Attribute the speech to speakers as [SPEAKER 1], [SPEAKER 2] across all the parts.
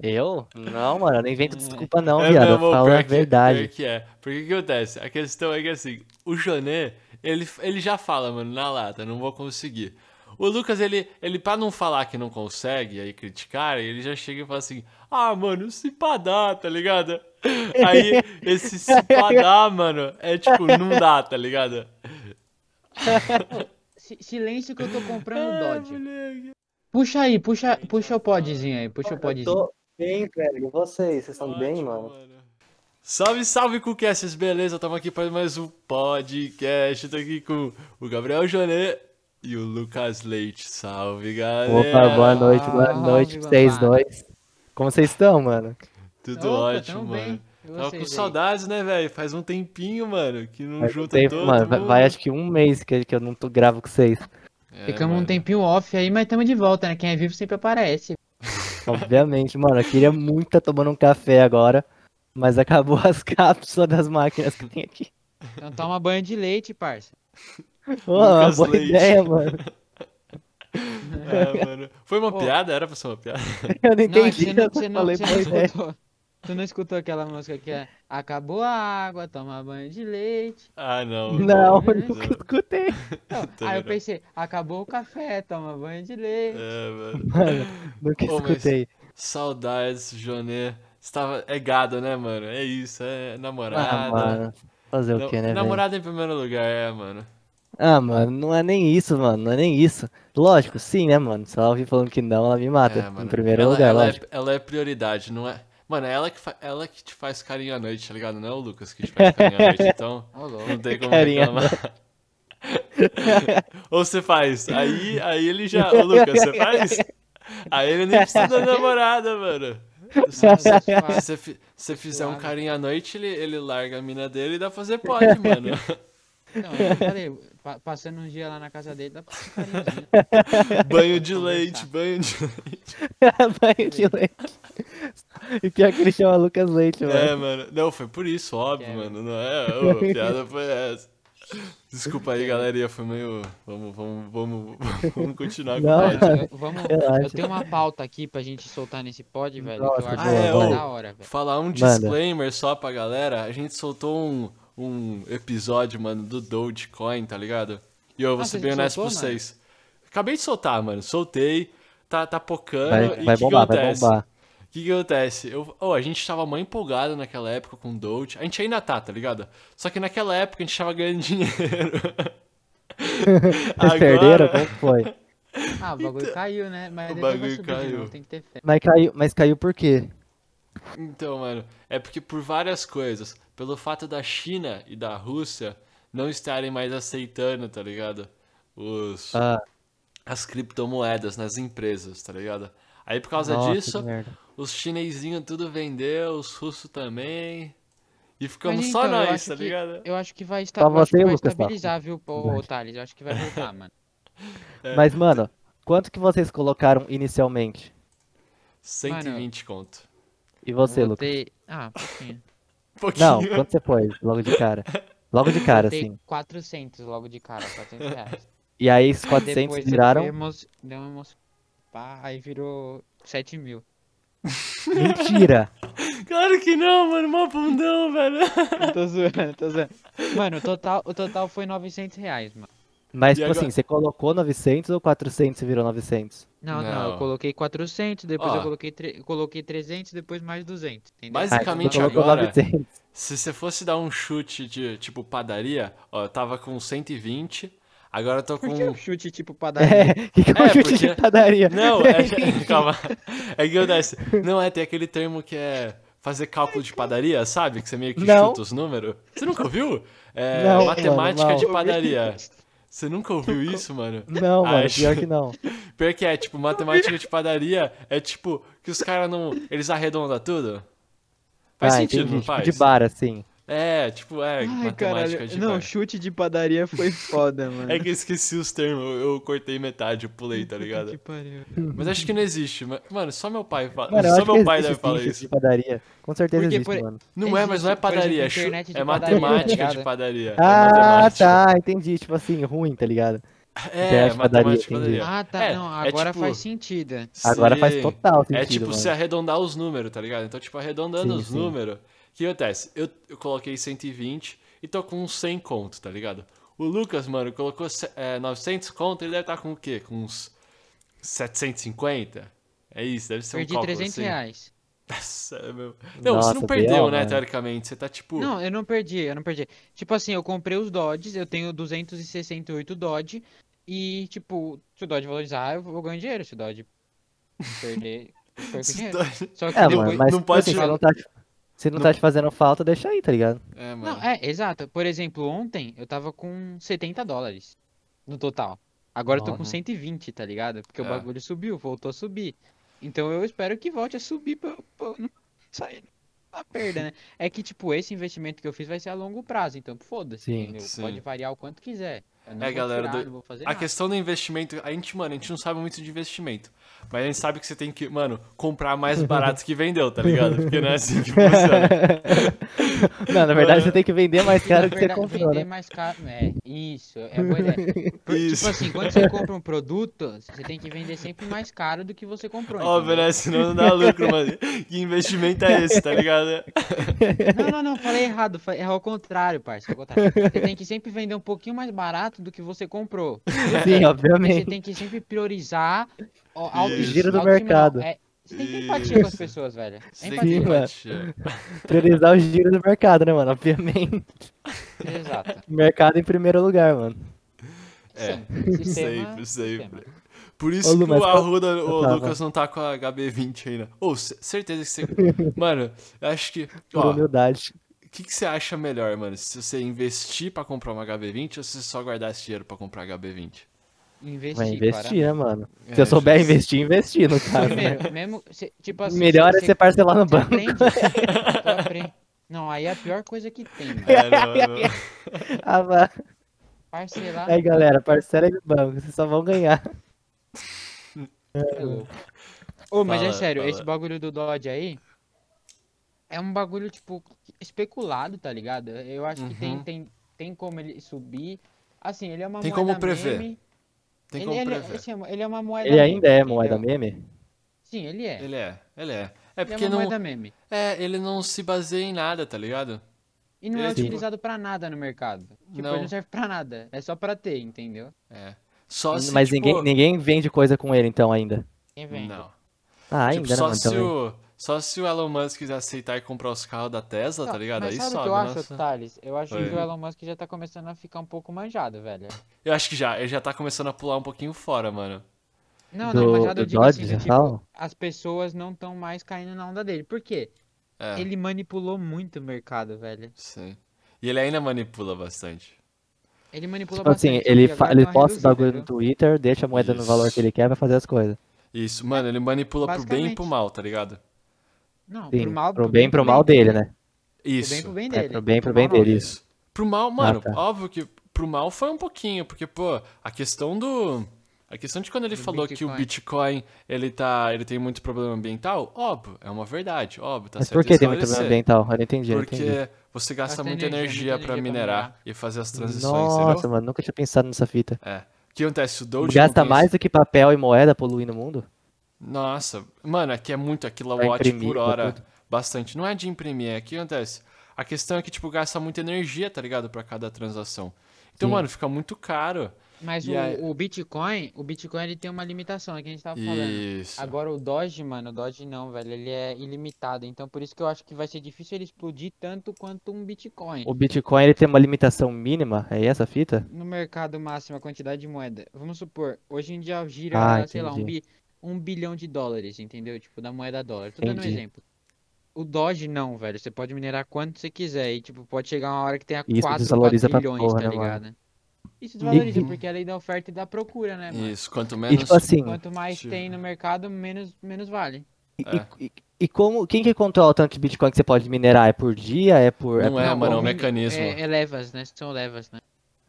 [SPEAKER 1] Eu? Não, mano, eu não invento desculpa não,
[SPEAKER 2] É
[SPEAKER 1] viado.
[SPEAKER 2] mesmo,
[SPEAKER 1] Eu falo
[SPEAKER 2] pior
[SPEAKER 1] a
[SPEAKER 2] que-
[SPEAKER 1] verdade.
[SPEAKER 2] pior que é. Porque o que acontece? A questão é que assim, o Joné, ele, ele já fala, mano, na lata, não vou conseguir. O Lucas, ele, ele, pra não falar que não consegue, aí criticar, ele já chega e fala assim, ah, mano, se pá dá, tá ligado? Aí, esse se pá dá, mano, é tipo, não dá, tá ligado?
[SPEAKER 3] Si- silêncio que eu tô comprando
[SPEAKER 2] Ah,
[SPEAKER 1] É,
[SPEAKER 3] Dodge.
[SPEAKER 2] moleque.
[SPEAKER 3] Puxa aí, puxa, puxa o podzinho aí, puxa o
[SPEAKER 4] Eu
[SPEAKER 3] podzinho.
[SPEAKER 4] tô bem, velho. E vocês? Vocês estão bem,
[SPEAKER 2] Ótimo,
[SPEAKER 4] mano?
[SPEAKER 2] Salve, salve, Cucasses, beleza? Tamo aqui para mais um podcast. Tô aqui com o Gabriel Joné e o Lucas Leite. Salve, galera!
[SPEAKER 1] Opa, boa noite, boa noite pra vocês
[SPEAKER 3] Salve,
[SPEAKER 1] dois. Como vocês estão, mano?
[SPEAKER 2] Tudo
[SPEAKER 3] Opa,
[SPEAKER 2] ótimo,
[SPEAKER 3] tamo bem.
[SPEAKER 2] mano.
[SPEAKER 3] E
[SPEAKER 2] Tava
[SPEAKER 3] vocês
[SPEAKER 2] com
[SPEAKER 3] aí?
[SPEAKER 2] saudades, né, velho? Faz um tempinho, mano, que não
[SPEAKER 1] Faz um
[SPEAKER 2] junta
[SPEAKER 1] tempo,
[SPEAKER 2] todo
[SPEAKER 1] mano, vai,
[SPEAKER 2] mundo.
[SPEAKER 1] vai acho que um mês que, que eu não tô, gravo com vocês.
[SPEAKER 2] É,
[SPEAKER 3] Ficamos um
[SPEAKER 2] mano.
[SPEAKER 3] tempinho off aí, mas tamo de volta, né? Quem é vivo sempre aparece.
[SPEAKER 1] Obviamente, mano, eu queria muito estar tomando um café agora, mas acabou as cápsulas das máquinas que tem aqui.
[SPEAKER 3] Então toma banho de leite, parça.
[SPEAKER 1] Pô, uma
[SPEAKER 2] Lucas
[SPEAKER 1] boa
[SPEAKER 2] Leite.
[SPEAKER 1] ideia, mano.
[SPEAKER 2] É, mano. Foi uma
[SPEAKER 3] Pô.
[SPEAKER 2] piada? Era pra ser uma piada?
[SPEAKER 1] Eu não
[SPEAKER 3] Não, é que
[SPEAKER 1] entendi,
[SPEAKER 3] você
[SPEAKER 1] eu
[SPEAKER 3] não,
[SPEAKER 1] só
[SPEAKER 3] você não,
[SPEAKER 1] falei
[SPEAKER 3] você
[SPEAKER 1] boa
[SPEAKER 3] não
[SPEAKER 1] ideia.
[SPEAKER 3] escutou. Tu não escutou aquela música que é Acabou a água, toma banho de leite.
[SPEAKER 2] Ah, não.
[SPEAKER 1] Não,
[SPEAKER 2] mano.
[SPEAKER 1] eu nunca escutei.
[SPEAKER 3] Não,
[SPEAKER 2] Também
[SPEAKER 3] aí eu
[SPEAKER 2] não.
[SPEAKER 3] pensei, acabou o café, toma banho de leite.
[SPEAKER 2] É, mano.
[SPEAKER 1] Mano, nunca
[SPEAKER 2] Ô, mas-
[SPEAKER 1] escutei.
[SPEAKER 2] Saudades, Joné. Estava... É gado, né, mano? É isso, é namorada.
[SPEAKER 1] Ah, mano, fazer o
[SPEAKER 2] Na-
[SPEAKER 1] que, né, velho?
[SPEAKER 2] namorada em primeiro lugar, é, mano.
[SPEAKER 1] Ah, mano, não é nem isso, mano, não é nem isso. Lógico, sim, né, mano? Se ela ouvir falando que não, ela me mata,
[SPEAKER 2] É,
[SPEAKER 1] em
[SPEAKER 2] mano.
[SPEAKER 1] primeiro
[SPEAKER 2] ela,
[SPEAKER 1] lugar,
[SPEAKER 2] ela é,
[SPEAKER 1] lógico.
[SPEAKER 2] ela é prioridade, não é? Mano, é ela que, fa- ela que te faz carinho à noite, tá ligado? Não é o Lucas que te faz carinho à noite, então
[SPEAKER 3] Ô, louco.
[SPEAKER 2] não tem como
[SPEAKER 1] Carinho à
[SPEAKER 2] reclamar. Ou você faz, aí, aí ele já. Ô Lucas, você faz? Aí ele nem precisa da namorada, mano. Se você, se você fi- se você fizer um
[SPEAKER 3] Suave.
[SPEAKER 2] carinho à noite, ele, ele larga a mina dele e dá pra fazer pode, mano.
[SPEAKER 3] Não, eu falei, pa- passando um dia lá na casa dele, dá pra ser carinhozinho.
[SPEAKER 2] Banho de leite, banho de leite.
[SPEAKER 1] Banho de É, leite. E pior que ele chama Lucas Leite, mano.
[SPEAKER 2] É, mano. Não, foi por isso, óbvio,
[SPEAKER 3] Quero.
[SPEAKER 2] mano. Não é? Ô, a piada foi essa. Desculpa aí, galerinha. Foi meio. Vamos, vamos, vamos, vamos continuar com o
[SPEAKER 1] Não,
[SPEAKER 2] pod.
[SPEAKER 1] mano.
[SPEAKER 3] Eu- Vamos,
[SPEAKER 1] né? Relaxa.
[SPEAKER 3] eu tenho uma pauta aqui pra gente soltar nesse pod, velho, que
[SPEAKER 1] Nossa,
[SPEAKER 3] eu acho
[SPEAKER 2] boa,
[SPEAKER 3] que
[SPEAKER 2] boa.
[SPEAKER 3] é da hora, velho.
[SPEAKER 2] Falar um disclaimer só pra galera. A gente soltou um, um episódio, mano, do Dogecoin, tá ligado? E eu vou
[SPEAKER 3] Nossa,
[SPEAKER 2] ser
[SPEAKER 3] a
[SPEAKER 2] bem
[SPEAKER 3] gente
[SPEAKER 2] honesto pra
[SPEAKER 3] soltou, mano?
[SPEAKER 2] vocês. Acabei de soltar, mano. Soltei. Tá, tá pocando.
[SPEAKER 1] Vai,
[SPEAKER 2] e
[SPEAKER 1] vai
[SPEAKER 2] que
[SPEAKER 1] bombar, vai
[SPEAKER 2] acontece?
[SPEAKER 1] bombar.
[SPEAKER 2] O que, que acontece? Eu, oh, a gente tava mó empolgado naquela época com o Doge. A gente ainda tá, tá ligado? Só que naquela época a gente tava ganhando dinheiro.
[SPEAKER 1] Vocês
[SPEAKER 2] Agora-
[SPEAKER 1] perderam? Como que foi?
[SPEAKER 3] Ah, o bagulho caiu, né? Mas
[SPEAKER 2] O
[SPEAKER 3] depois vai
[SPEAKER 2] bagulho
[SPEAKER 3] subir de
[SPEAKER 2] caiu.
[SPEAKER 3] novo, tem que ter fé.
[SPEAKER 1] Mas caiu, mas caiu por quê?
[SPEAKER 2] Então, mano, é porque por várias coisas. Pelo fato da China e da Rússia não estarem mais aceitando, tá ligado? Os,
[SPEAKER 1] Ah,
[SPEAKER 2] as criptomoedas nas empresas, tá ligado? Aí por causa
[SPEAKER 1] nossa,
[SPEAKER 2] disso,
[SPEAKER 3] né?
[SPEAKER 1] que merda.
[SPEAKER 2] os chinesinhos tudo vendeu, os russos também. E
[SPEAKER 3] Mas
[SPEAKER 2] ficamos só
[SPEAKER 3] então, eu
[SPEAKER 2] nós,
[SPEAKER 3] acho
[SPEAKER 2] tá
[SPEAKER 3] que-
[SPEAKER 2] ligado?
[SPEAKER 3] Eu acho que vai, esta...
[SPEAKER 1] Só
[SPEAKER 3] eu acho que
[SPEAKER 1] você,
[SPEAKER 3] vai
[SPEAKER 1] Lucas, tá?
[SPEAKER 3] estabilizar, viu, pô, Thales? Eu acho que vai voltar, mano.
[SPEAKER 2] É.
[SPEAKER 1] Mas, mano, quanto que vocês colocaram inicialmente?
[SPEAKER 2] 120 conto.
[SPEAKER 1] E você,
[SPEAKER 3] Eu
[SPEAKER 1] Lucas?
[SPEAKER 3] botei- Ah, pouquinho.
[SPEAKER 2] Pouquinho.
[SPEAKER 1] Não, quanto você foi? Logo de cara. Logo de cara,
[SPEAKER 3] Botei
[SPEAKER 1] assim.
[SPEAKER 3] 400 logo de cara, 400 reais.
[SPEAKER 1] E aí, esses 400
[SPEAKER 3] Depois
[SPEAKER 1] viraram.
[SPEAKER 3] Deu uma emo- deu uma emo- pá, aí virou 7 mil.
[SPEAKER 1] Mentira!
[SPEAKER 2] Claro que não, mano. Mó bundão, velho.
[SPEAKER 3] tô zoando, tô zoando. Mano, o total, o total foi 900 reais, mano.
[SPEAKER 1] Mas,
[SPEAKER 2] E
[SPEAKER 1] tipo assim,
[SPEAKER 2] agora?
[SPEAKER 1] você colocou 900 ou 400 e virou 900?
[SPEAKER 3] Não, não,
[SPEAKER 2] Não.
[SPEAKER 3] eu coloquei 400, depois
[SPEAKER 2] Ó.
[SPEAKER 3] eu coloquei, tre- eu coloquei 300, depois mais 200, entendeu?
[SPEAKER 2] Mas-
[SPEAKER 1] Ah, então
[SPEAKER 2] Basicamente
[SPEAKER 1] você colocou
[SPEAKER 2] agora-
[SPEAKER 1] 900.
[SPEAKER 2] Se você fosse dar um chute de, tipo, padaria, ó, eu tava com 120, agora eu tô com...
[SPEAKER 3] Por que um chute tipo padaria?
[SPEAKER 1] É, que que é um
[SPEAKER 2] É,
[SPEAKER 1] chute de
[SPEAKER 2] porque-
[SPEAKER 1] padaria?
[SPEAKER 2] Não, é... que- Calma. É que acontece. Não, é, tem aquele termo que é fazer cálculo de padaria, sabe? Que você meio que
[SPEAKER 1] Não.
[SPEAKER 2] chuta os números. Você nunca ouviu? É,
[SPEAKER 1] Não,
[SPEAKER 2] matemática
[SPEAKER 1] mano, não.
[SPEAKER 2] de padaria. Você nunca ouviu isso, mano?
[SPEAKER 1] Não, mano,
[SPEAKER 2] Acho.
[SPEAKER 1] pior que não.
[SPEAKER 2] Pior que é, tipo, matemática de padaria é tipo que os caras não... Eles arredondam tudo. Faz
[SPEAKER 1] ah,
[SPEAKER 2] sentido,
[SPEAKER 1] entendi.
[SPEAKER 2] não
[SPEAKER 1] tipo
[SPEAKER 2] faz?
[SPEAKER 1] de bar, assim.
[SPEAKER 2] É, tipo, é,
[SPEAKER 3] Ai,
[SPEAKER 2] matemática
[SPEAKER 3] caralho.
[SPEAKER 2] de
[SPEAKER 3] não,
[SPEAKER 2] bar.
[SPEAKER 3] chute de padaria foi foda, mano.
[SPEAKER 2] É que eu esqueci os termos, eu eu cortei metade, eu pulei, tá
[SPEAKER 3] Que
[SPEAKER 2] ligado?
[SPEAKER 3] pariu.
[SPEAKER 2] Mas acho que não existe, ma- mano, só meu pai fala,
[SPEAKER 1] Mano, eu
[SPEAKER 2] só
[SPEAKER 1] acho que
[SPEAKER 2] meu pai
[SPEAKER 1] existe
[SPEAKER 2] deve
[SPEAKER 1] sim
[SPEAKER 2] falar
[SPEAKER 1] chute
[SPEAKER 2] isso.
[SPEAKER 1] de padaria. Com certeza
[SPEAKER 3] Porque,
[SPEAKER 1] existe,
[SPEAKER 3] por-
[SPEAKER 1] mano.
[SPEAKER 2] Não é, mas não é
[SPEAKER 3] Existe, por exemplo,
[SPEAKER 2] padaria, é chu-
[SPEAKER 3] internet de
[SPEAKER 2] é
[SPEAKER 3] padaria, tá
[SPEAKER 2] matemática
[SPEAKER 3] ligado?
[SPEAKER 2] de padaria. é
[SPEAKER 1] Ah,
[SPEAKER 2] matemática.
[SPEAKER 1] tá, entendi. Tipo assim, ruim, tá ligado?
[SPEAKER 2] É,
[SPEAKER 1] acho que
[SPEAKER 2] matemática
[SPEAKER 1] padaria, entendi.
[SPEAKER 2] padaria.
[SPEAKER 3] Ah, tá.
[SPEAKER 2] É,
[SPEAKER 3] não,
[SPEAKER 2] é
[SPEAKER 3] agora
[SPEAKER 2] tipo-
[SPEAKER 3] faz sentido.
[SPEAKER 1] Agora faz
[SPEAKER 2] Sim.
[SPEAKER 1] total sentido,
[SPEAKER 2] É tipo
[SPEAKER 1] mano.
[SPEAKER 2] se arredondar os números, tá ligado? Então, tipo, arredondando
[SPEAKER 1] Sim,
[SPEAKER 2] os
[SPEAKER 1] sim.
[SPEAKER 2] números, o que acontece? Eu, eu coloquei 120 e tô com uns 100 conto, tá ligado? O Lucas, mano, colocou se- é, 900 conto, ele deve estar com o quê? Com uns 750? É isso, deve ser
[SPEAKER 3] Perdi
[SPEAKER 2] um cálculo
[SPEAKER 3] 300
[SPEAKER 2] assim.
[SPEAKER 3] reais.
[SPEAKER 2] Nossa, é meu... Não,
[SPEAKER 1] Nossa,
[SPEAKER 2] você não
[SPEAKER 1] B.O.,
[SPEAKER 2] perdeu, né,
[SPEAKER 1] mano.
[SPEAKER 2] teoricamente. Você tá, tipo...
[SPEAKER 3] Não, eu não perdi, eu não perdi. Tipo assim, eu comprei os Dodges, eu tenho 268 Dodge. E, tipo, se o Dodge valorizar, eu vou ganhar dinheiro. Se o Dodge perder, eu perco
[SPEAKER 2] se
[SPEAKER 3] dinheiro.
[SPEAKER 2] tá-
[SPEAKER 3] Só que
[SPEAKER 1] É,
[SPEAKER 3] depois-
[SPEAKER 1] mano, mas
[SPEAKER 2] não
[SPEAKER 1] tipo
[SPEAKER 2] pode
[SPEAKER 1] assim,
[SPEAKER 2] te-
[SPEAKER 1] se não, tá, te- se não,
[SPEAKER 2] Não-
[SPEAKER 1] tá te fazendo falta, deixa aí, tá ligado?
[SPEAKER 2] É, mano.
[SPEAKER 3] Não, é, exato. Por exemplo, ontem eu tava com 70 dólares no total. Agora eu tô com
[SPEAKER 1] Nossa.
[SPEAKER 3] 120, tá ligado? Porque o
[SPEAKER 2] É.
[SPEAKER 3] bagulho subiu, voltou a subir. Então eu espero que volte a subir pra, eu- pra eu não sair na perda, né? É que, tipo, esse investimento que eu fiz vai ser a longo prazo, então foda-se,
[SPEAKER 1] Sim,
[SPEAKER 3] entendeu?
[SPEAKER 2] sim.
[SPEAKER 3] Pode variar o quanto quiser. Eu não
[SPEAKER 2] É,
[SPEAKER 3] vou
[SPEAKER 2] galera,
[SPEAKER 3] tirar,
[SPEAKER 2] do-
[SPEAKER 3] não vou fazer
[SPEAKER 2] A
[SPEAKER 3] nada.
[SPEAKER 2] questão do investimento, a gente, mano, a gente não sabe muito de investimento. Mas a gente sabe que você tem que, mano, comprar mais barato que vendeu, tá ligado? Porque não é assim que funciona.
[SPEAKER 1] Não, na verdade você tem que vender mais caro que você
[SPEAKER 3] Verdade,
[SPEAKER 1] comprou, né?
[SPEAKER 3] vender mais caro. É, isso, é boa ideia. Por-
[SPEAKER 2] Isso.
[SPEAKER 3] Tipo assim, quando você compra um produto, você tem que vender sempre mais caro do que você comprou.
[SPEAKER 2] Óbvio,
[SPEAKER 3] entendeu?
[SPEAKER 2] né? Senão não dá lucro, mano. Que investimento é esse, tá ligado?
[SPEAKER 3] Não, não, não, falei errado. fa- É ao contrário, parceiro. ao contrário. Você tem que sempre vender um pouquinho mais barato do que você comprou.
[SPEAKER 1] Sim,
[SPEAKER 3] E você
[SPEAKER 1] obviamente.
[SPEAKER 3] tem que sempre priorizar o
[SPEAKER 2] Isso.
[SPEAKER 1] Giro do
[SPEAKER 3] autoestima não,
[SPEAKER 1] mercado.
[SPEAKER 3] é- você tem que ter empatia com as
[SPEAKER 2] Isso.
[SPEAKER 3] pessoas, velho. É
[SPEAKER 2] Você tem que
[SPEAKER 1] Sim,
[SPEAKER 3] empatia.
[SPEAKER 1] mano.
[SPEAKER 2] investir.
[SPEAKER 1] Priorizar o giro do mercado, né, mano? Obviamente.
[SPEAKER 3] Exato.
[SPEAKER 1] Mercado em primeiro lugar, mano.
[SPEAKER 2] É,
[SPEAKER 3] Sim, sistema-
[SPEAKER 2] sempre,
[SPEAKER 3] sistema.
[SPEAKER 2] sempre. Por isso
[SPEAKER 1] Ô, Lu,
[SPEAKER 2] que
[SPEAKER 1] mas
[SPEAKER 2] o
[SPEAKER 1] qual-
[SPEAKER 2] Arruda, o
[SPEAKER 1] tava.
[SPEAKER 2] Lucas não tá com a HB20 ainda. Ou, c- certeza que você. Mano, eu acho que.
[SPEAKER 1] Por
[SPEAKER 2] Ó,
[SPEAKER 1] humildade.
[SPEAKER 2] O que, que você acha melhor, mano? Se você investir pra comprar uma HB20 ou se você só guardar esse dinheiro pra comprar HB20?
[SPEAKER 3] Investir,
[SPEAKER 1] Vai
[SPEAKER 3] cara.
[SPEAKER 1] investir, né, mano? Se
[SPEAKER 2] É,
[SPEAKER 1] eu souber
[SPEAKER 2] justo.
[SPEAKER 1] investir, investir, no caso. né?
[SPEAKER 3] Primeiro, mesmo. cê- tipo assim,
[SPEAKER 1] Melhor
[SPEAKER 3] cê-
[SPEAKER 1] é
[SPEAKER 3] cê-
[SPEAKER 1] você parcelar no
[SPEAKER 3] cê
[SPEAKER 1] banco.
[SPEAKER 3] aprende, cê aprende. Não, aí é a pior coisa que tem, velho.
[SPEAKER 2] É, não, não.
[SPEAKER 1] Ah, vá.
[SPEAKER 3] Parcelar
[SPEAKER 1] Aí, galera, parcela aí no banco, vocês só vão ganhar.
[SPEAKER 3] É louco. Ô, mas é
[SPEAKER 2] Fala,
[SPEAKER 3] sério,
[SPEAKER 2] fala.
[SPEAKER 3] esse bagulho do Dodge aí é um bagulho, tipo, especulado, tá ligado? Eu acho que tem,
[SPEAKER 2] Uhum.
[SPEAKER 3] tem, tem como ele subir. Assim, ele é uma
[SPEAKER 2] Tem
[SPEAKER 3] moeda
[SPEAKER 2] como prever.
[SPEAKER 3] meme.
[SPEAKER 2] Tem
[SPEAKER 3] ele,
[SPEAKER 2] como
[SPEAKER 3] ele-
[SPEAKER 2] prever.
[SPEAKER 1] tipo-
[SPEAKER 3] assim, ele é uma moeda
[SPEAKER 1] Ele ainda
[SPEAKER 3] meme,
[SPEAKER 1] é moeda
[SPEAKER 3] entendeu?
[SPEAKER 1] meme?
[SPEAKER 3] Sim, ele é. Ele,
[SPEAKER 2] Ele é, ele é. É
[SPEAKER 3] é
[SPEAKER 2] porque
[SPEAKER 3] uma
[SPEAKER 2] não.
[SPEAKER 3] moeda meme.
[SPEAKER 2] É, ele não se baseia em nada, tá ligado?
[SPEAKER 3] E não
[SPEAKER 2] Ele
[SPEAKER 3] é
[SPEAKER 2] é tipo-
[SPEAKER 3] utilizado pra nada no mercado. Tipo,
[SPEAKER 2] Não.
[SPEAKER 3] ele não serve pra nada. É só pra ter, entendeu?
[SPEAKER 2] É. Só se.
[SPEAKER 1] Mas
[SPEAKER 2] tipo,
[SPEAKER 1] ninguém, ninguém vende coisa com ele, então, ainda.
[SPEAKER 3] Quem vende?
[SPEAKER 2] Não.
[SPEAKER 1] Ah,
[SPEAKER 2] Tipo,
[SPEAKER 1] ainda, né,
[SPEAKER 2] só,
[SPEAKER 1] mano?
[SPEAKER 2] se
[SPEAKER 1] Também.
[SPEAKER 2] o, só se o Elon Musk quiser aceitar e comprar os carros da Tesla, tá
[SPEAKER 3] Não,
[SPEAKER 2] ligado?
[SPEAKER 3] Mas
[SPEAKER 2] Aí
[SPEAKER 3] sabe o
[SPEAKER 2] sobe,
[SPEAKER 3] que eu acho, Tá.
[SPEAKER 2] nossa.
[SPEAKER 3] Thales? Eu acho
[SPEAKER 2] Oi.
[SPEAKER 3] que o Elon Musk já tá começando a ficar um pouco manjado, velho.
[SPEAKER 2] Eu acho que já, ele já tá começando a pular um pouquinho fora, mano.
[SPEAKER 3] Não,
[SPEAKER 1] Do-
[SPEAKER 3] não, mas já
[SPEAKER 1] do
[SPEAKER 3] eu digo assim,
[SPEAKER 1] Dodge,
[SPEAKER 3] do
[SPEAKER 1] já
[SPEAKER 3] tipo,
[SPEAKER 1] falam?
[SPEAKER 3] as pessoas não estão mais caindo na onda dele. Por quê?
[SPEAKER 2] É,
[SPEAKER 3] Ele manipulou muito o mercado, velho.
[SPEAKER 2] sim. E ele ainda manipula bastante.
[SPEAKER 3] Ele manipula
[SPEAKER 1] Tipo assim,
[SPEAKER 3] bastante. só
[SPEAKER 1] ele,
[SPEAKER 3] que
[SPEAKER 1] fa-
[SPEAKER 3] agora
[SPEAKER 1] ele
[SPEAKER 3] deu uma
[SPEAKER 1] posta o
[SPEAKER 3] reduzida,
[SPEAKER 1] bagulho
[SPEAKER 2] né?
[SPEAKER 1] no
[SPEAKER 3] entendeu?
[SPEAKER 1] Twitter, deixa a moeda no valor que ele quer, vai fazer as coisas.
[SPEAKER 2] Isso, mano, ele manipula pro bem e pro
[SPEAKER 3] Basicamente.
[SPEAKER 2] mal, tá ligado?
[SPEAKER 3] Não,
[SPEAKER 1] Sim,
[SPEAKER 3] pro mal,
[SPEAKER 1] pro bem e pro mal dele, né?
[SPEAKER 3] Pro bem,
[SPEAKER 2] Isso.
[SPEAKER 3] pro bem
[SPEAKER 1] É,
[SPEAKER 3] dele.
[SPEAKER 1] pro bem e pro
[SPEAKER 3] mal
[SPEAKER 1] bem
[SPEAKER 3] não.
[SPEAKER 1] dele.
[SPEAKER 2] Isso. Pro mal, mano,
[SPEAKER 1] tá.
[SPEAKER 2] óbvio que pro mal foi um pouquinho, porque, pô, a questão do. A questão de quando ele
[SPEAKER 3] Do
[SPEAKER 2] falou que o Bitcoin ele tá. ele tem muito problema ambiental, óbvio, é uma verdade, óbvio, tá
[SPEAKER 1] Mas
[SPEAKER 2] certo.
[SPEAKER 1] por que
[SPEAKER 2] isso
[SPEAKER 1] tem
[SPEAKER 2] vai
[SPEAKER 1] muito problema
[SPEAKER 2] ser.
[SPEAKER 1] ambiental? Eu não entendi, eu não entendi.
[SPEAKER 2] Porque você gasta
[SPEAKER 3] Gasta
[SPEAKER 2] muita
[SPEAKER 3] energia,
[SPEAKER 2] energia
[SPEAKER 3] muita
[SPEAKER 2] pra
[SPEAKER 3] energia pra
[SPEAKER 2] minerar e fazer as transições,
[SPEAKER 1] Nossa,
[SPEAKER 2] entendeu?
[SPEAKER 1] mano, nunca tinha pensado nessa fita.
[SPEAKER 2] É. O que acontece? O Doge.
[SPEAKER 1] Gasta
[SPEAKER 2] compensa-
[SPEAKER 1] mais do que papel e moeda poluindo o mundo?
[SPEAKER 2] Nossa, mano, aqui é muito, é
[SPEAKER 1] Pra
[SPEAKER 2] kilowatt
[SPEAKER 1] imprimir,
[SPEAKER 2] por
[SPEAKER 1] pra
[SPEAKER 2] hora,
[SPEAKER 1] tudo.
[SPEAKER 2] bastante. Não é de imprimir, é que acontece. A questão é que, tipo, gasta muita energia, tá ligado? Pra cada transação. Então,
[SPEAKER 1] Sim.
[SPEAKER 2] mano, fica muito caro.
[SPEAKER 3] Mas
[SPEAKER 2] E
[SPEAKER 3] o,
[SPEAKER 2] aí-
[SPEAKER 3] o Bitcoin, o Bitcoin ele tem uma limitação, é que a gente tava falando.
[SPEAKER 2] Isso.
[SPEAKER 3] Agora o Doge, mano, o Doge não, velho, ele é ilimitado. Então por isso que eu acho que vai ser difícil ele explodir tanto quanto um Bitcoin.
[SPEAKER 1] O Bitcoin ele tem uma limitação mínima? É essa a fita?
[SPEAKER 3] no mercado máximo a quantidade de moeda. Vamos supor, hoje em dia gira,
[SPEAKER 1] Ah,
[SPEAKER 3] sei lá, um,
[SPEAKER 1] entendi.
[SPEAKER 3] bi, um bilhão de dólares, entendeu? Tipo, da moeda dólar. Tô dando um
[SPEAKER 1] Entendi.
[SPEAKER 3] exemplo. O Doge não, velho. Você pode minerar quanto você quiser. E, tipo, pode chegar uma hora que tenha
[SPEAKER 1] Isso
[SPEAKER 3] 4,
[SPEAKER 1] desvaloriza
[SPEAKER 3] 4
[SPEAKER 1] pra
[SPEAKER 3] bilhões,
[SPEAKER 1] porra,
[SPEAKER 3] tá
[SPEAKER 1] né, mano?
[SPEAKER 3] ligado? Isso desvaloriza,
[SPEAKER 1] Uhum.
[SPEAKER 3] porque é a lei da oferta e da procura,
[SPEAKER 2] é
[SPEAKER 3] né, mano?
[SPEAKER 2] Isso, quanto
[SPEAKER 1] E
[SPEAKER 2] menos.
[SPEAKER 1] tipo assim,
[SPEAKER 3] Quanto mais
[SPEAKER 2] Sim.
[SPEAKER 3] tem no mercado, menos, menos vale.
[SPEAKER 1] e,
[SPEAKER 2] é.
[SPEAKER 1] e- e como, quem que controla o tanto de Bitcoin que você pode minerar? É por dia? É por.
[SPEAKER 2] Não é,
[SPEAKER 1] por-
[SPEAKER 2] mano, é um
[SPEAKER 3] mini-
[SPEAKER 2] mecanismo.
[SPEAKER 3] É, é levas, né? São levas, né?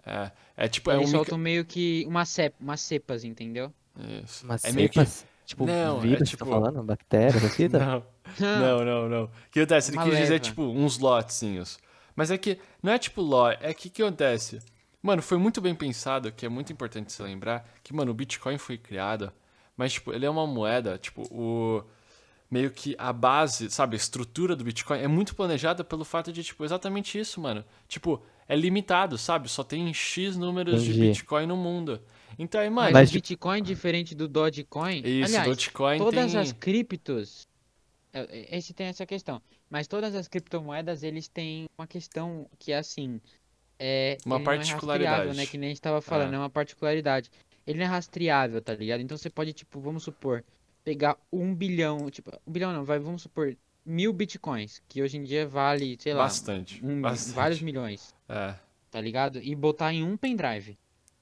[SPEAKER 2] É, é tipo, é
[SPEAKER 3] Eles
[SPEAKER 2] um.
[SPEAKER 3] soltam meio que uma cep, umas cepas, entendeu?
[SPEAKER 2] Mica... Isso.
[SPEAKER 1] Mas
[SPEAKER 2] é meio que.
[SPEAKER 1] cepas? Tipo,
[SPEAKER 2] Não, é
[SPEAKER 1] vírus, que você
[SPEAKER 2] tipo-
[SPEAKER 1] tá falando? Bactéria, essa fita?
[SPEAKER 2] Não, não, não, não. O que acontece? Ele
[SPEAKER 3] Ah. Uma
[SPEAKER 2] quis dizer,
[SPEAKER 3] leva.
[SPEAKER 2] tipo, uns lotezinhos. Mas é que. Não é tipo lote. É que o que acontece? Mano, foi muito bem pensado, que é muito importante se lembrar, que, mano, o Bitcoin foi criado, mas, tipo, ele é uma moeda, tipo, o... Meio que a base, sabe, a estrutura do Bitcoin é muito planejada pelo fato de, tipo, exatamente isso, mano. Tipo, é limitado, sabe? Só tem X números de
[SPEAKER 1] Entendi.
[SPEAKER 2] Bitcoin no mundo. Então aí, mano,
[SPEAKER 3] Mas,
[SPEAKER 1] Mas,
[SPEAKER 3] o
[SPEAKER 1] tipo-
[SPEAKER 3] Bitcoin, diferente do Dogecoin,
[SPEAKER 2] isso,
[SPEAKER 3] aliás,
[SPEAKER 2] Dogecoin
[SPEAKER 3] todas
[SPEAKER 2] tem...
[SPEAKER 3] as criptos, é, é, esse tem essa questão, mas todas as criptomoedas, eles têm uma questão que é assim, é,
[SPEAKER 2] Uma
[SPEAKER 3] ele não é rastreável,
[SPEAKER 2] particularidade.
[SPEAKER 3] né, que nem a gente tava falando,
[SPEAKER 2] É.
[SPEAKER 3] é uma particularidade. Ele não é rastreável, tá ligado? Então você pode, tipo, vamos supor, pegar um bilhão, tipo, um bilhão não, vai, vamos supor, mil bitcoins, que hoje em dia vale, sei lá,
[SPEAKER 2] Bastante,
[SPEAKER 3] um-
[SPEAKER 2] bastante.
[SPEAKER 3] vários milhões,
[SPEAKER 2] É.
[SPEAKER 3] tá ligado? E botar em um pendrive.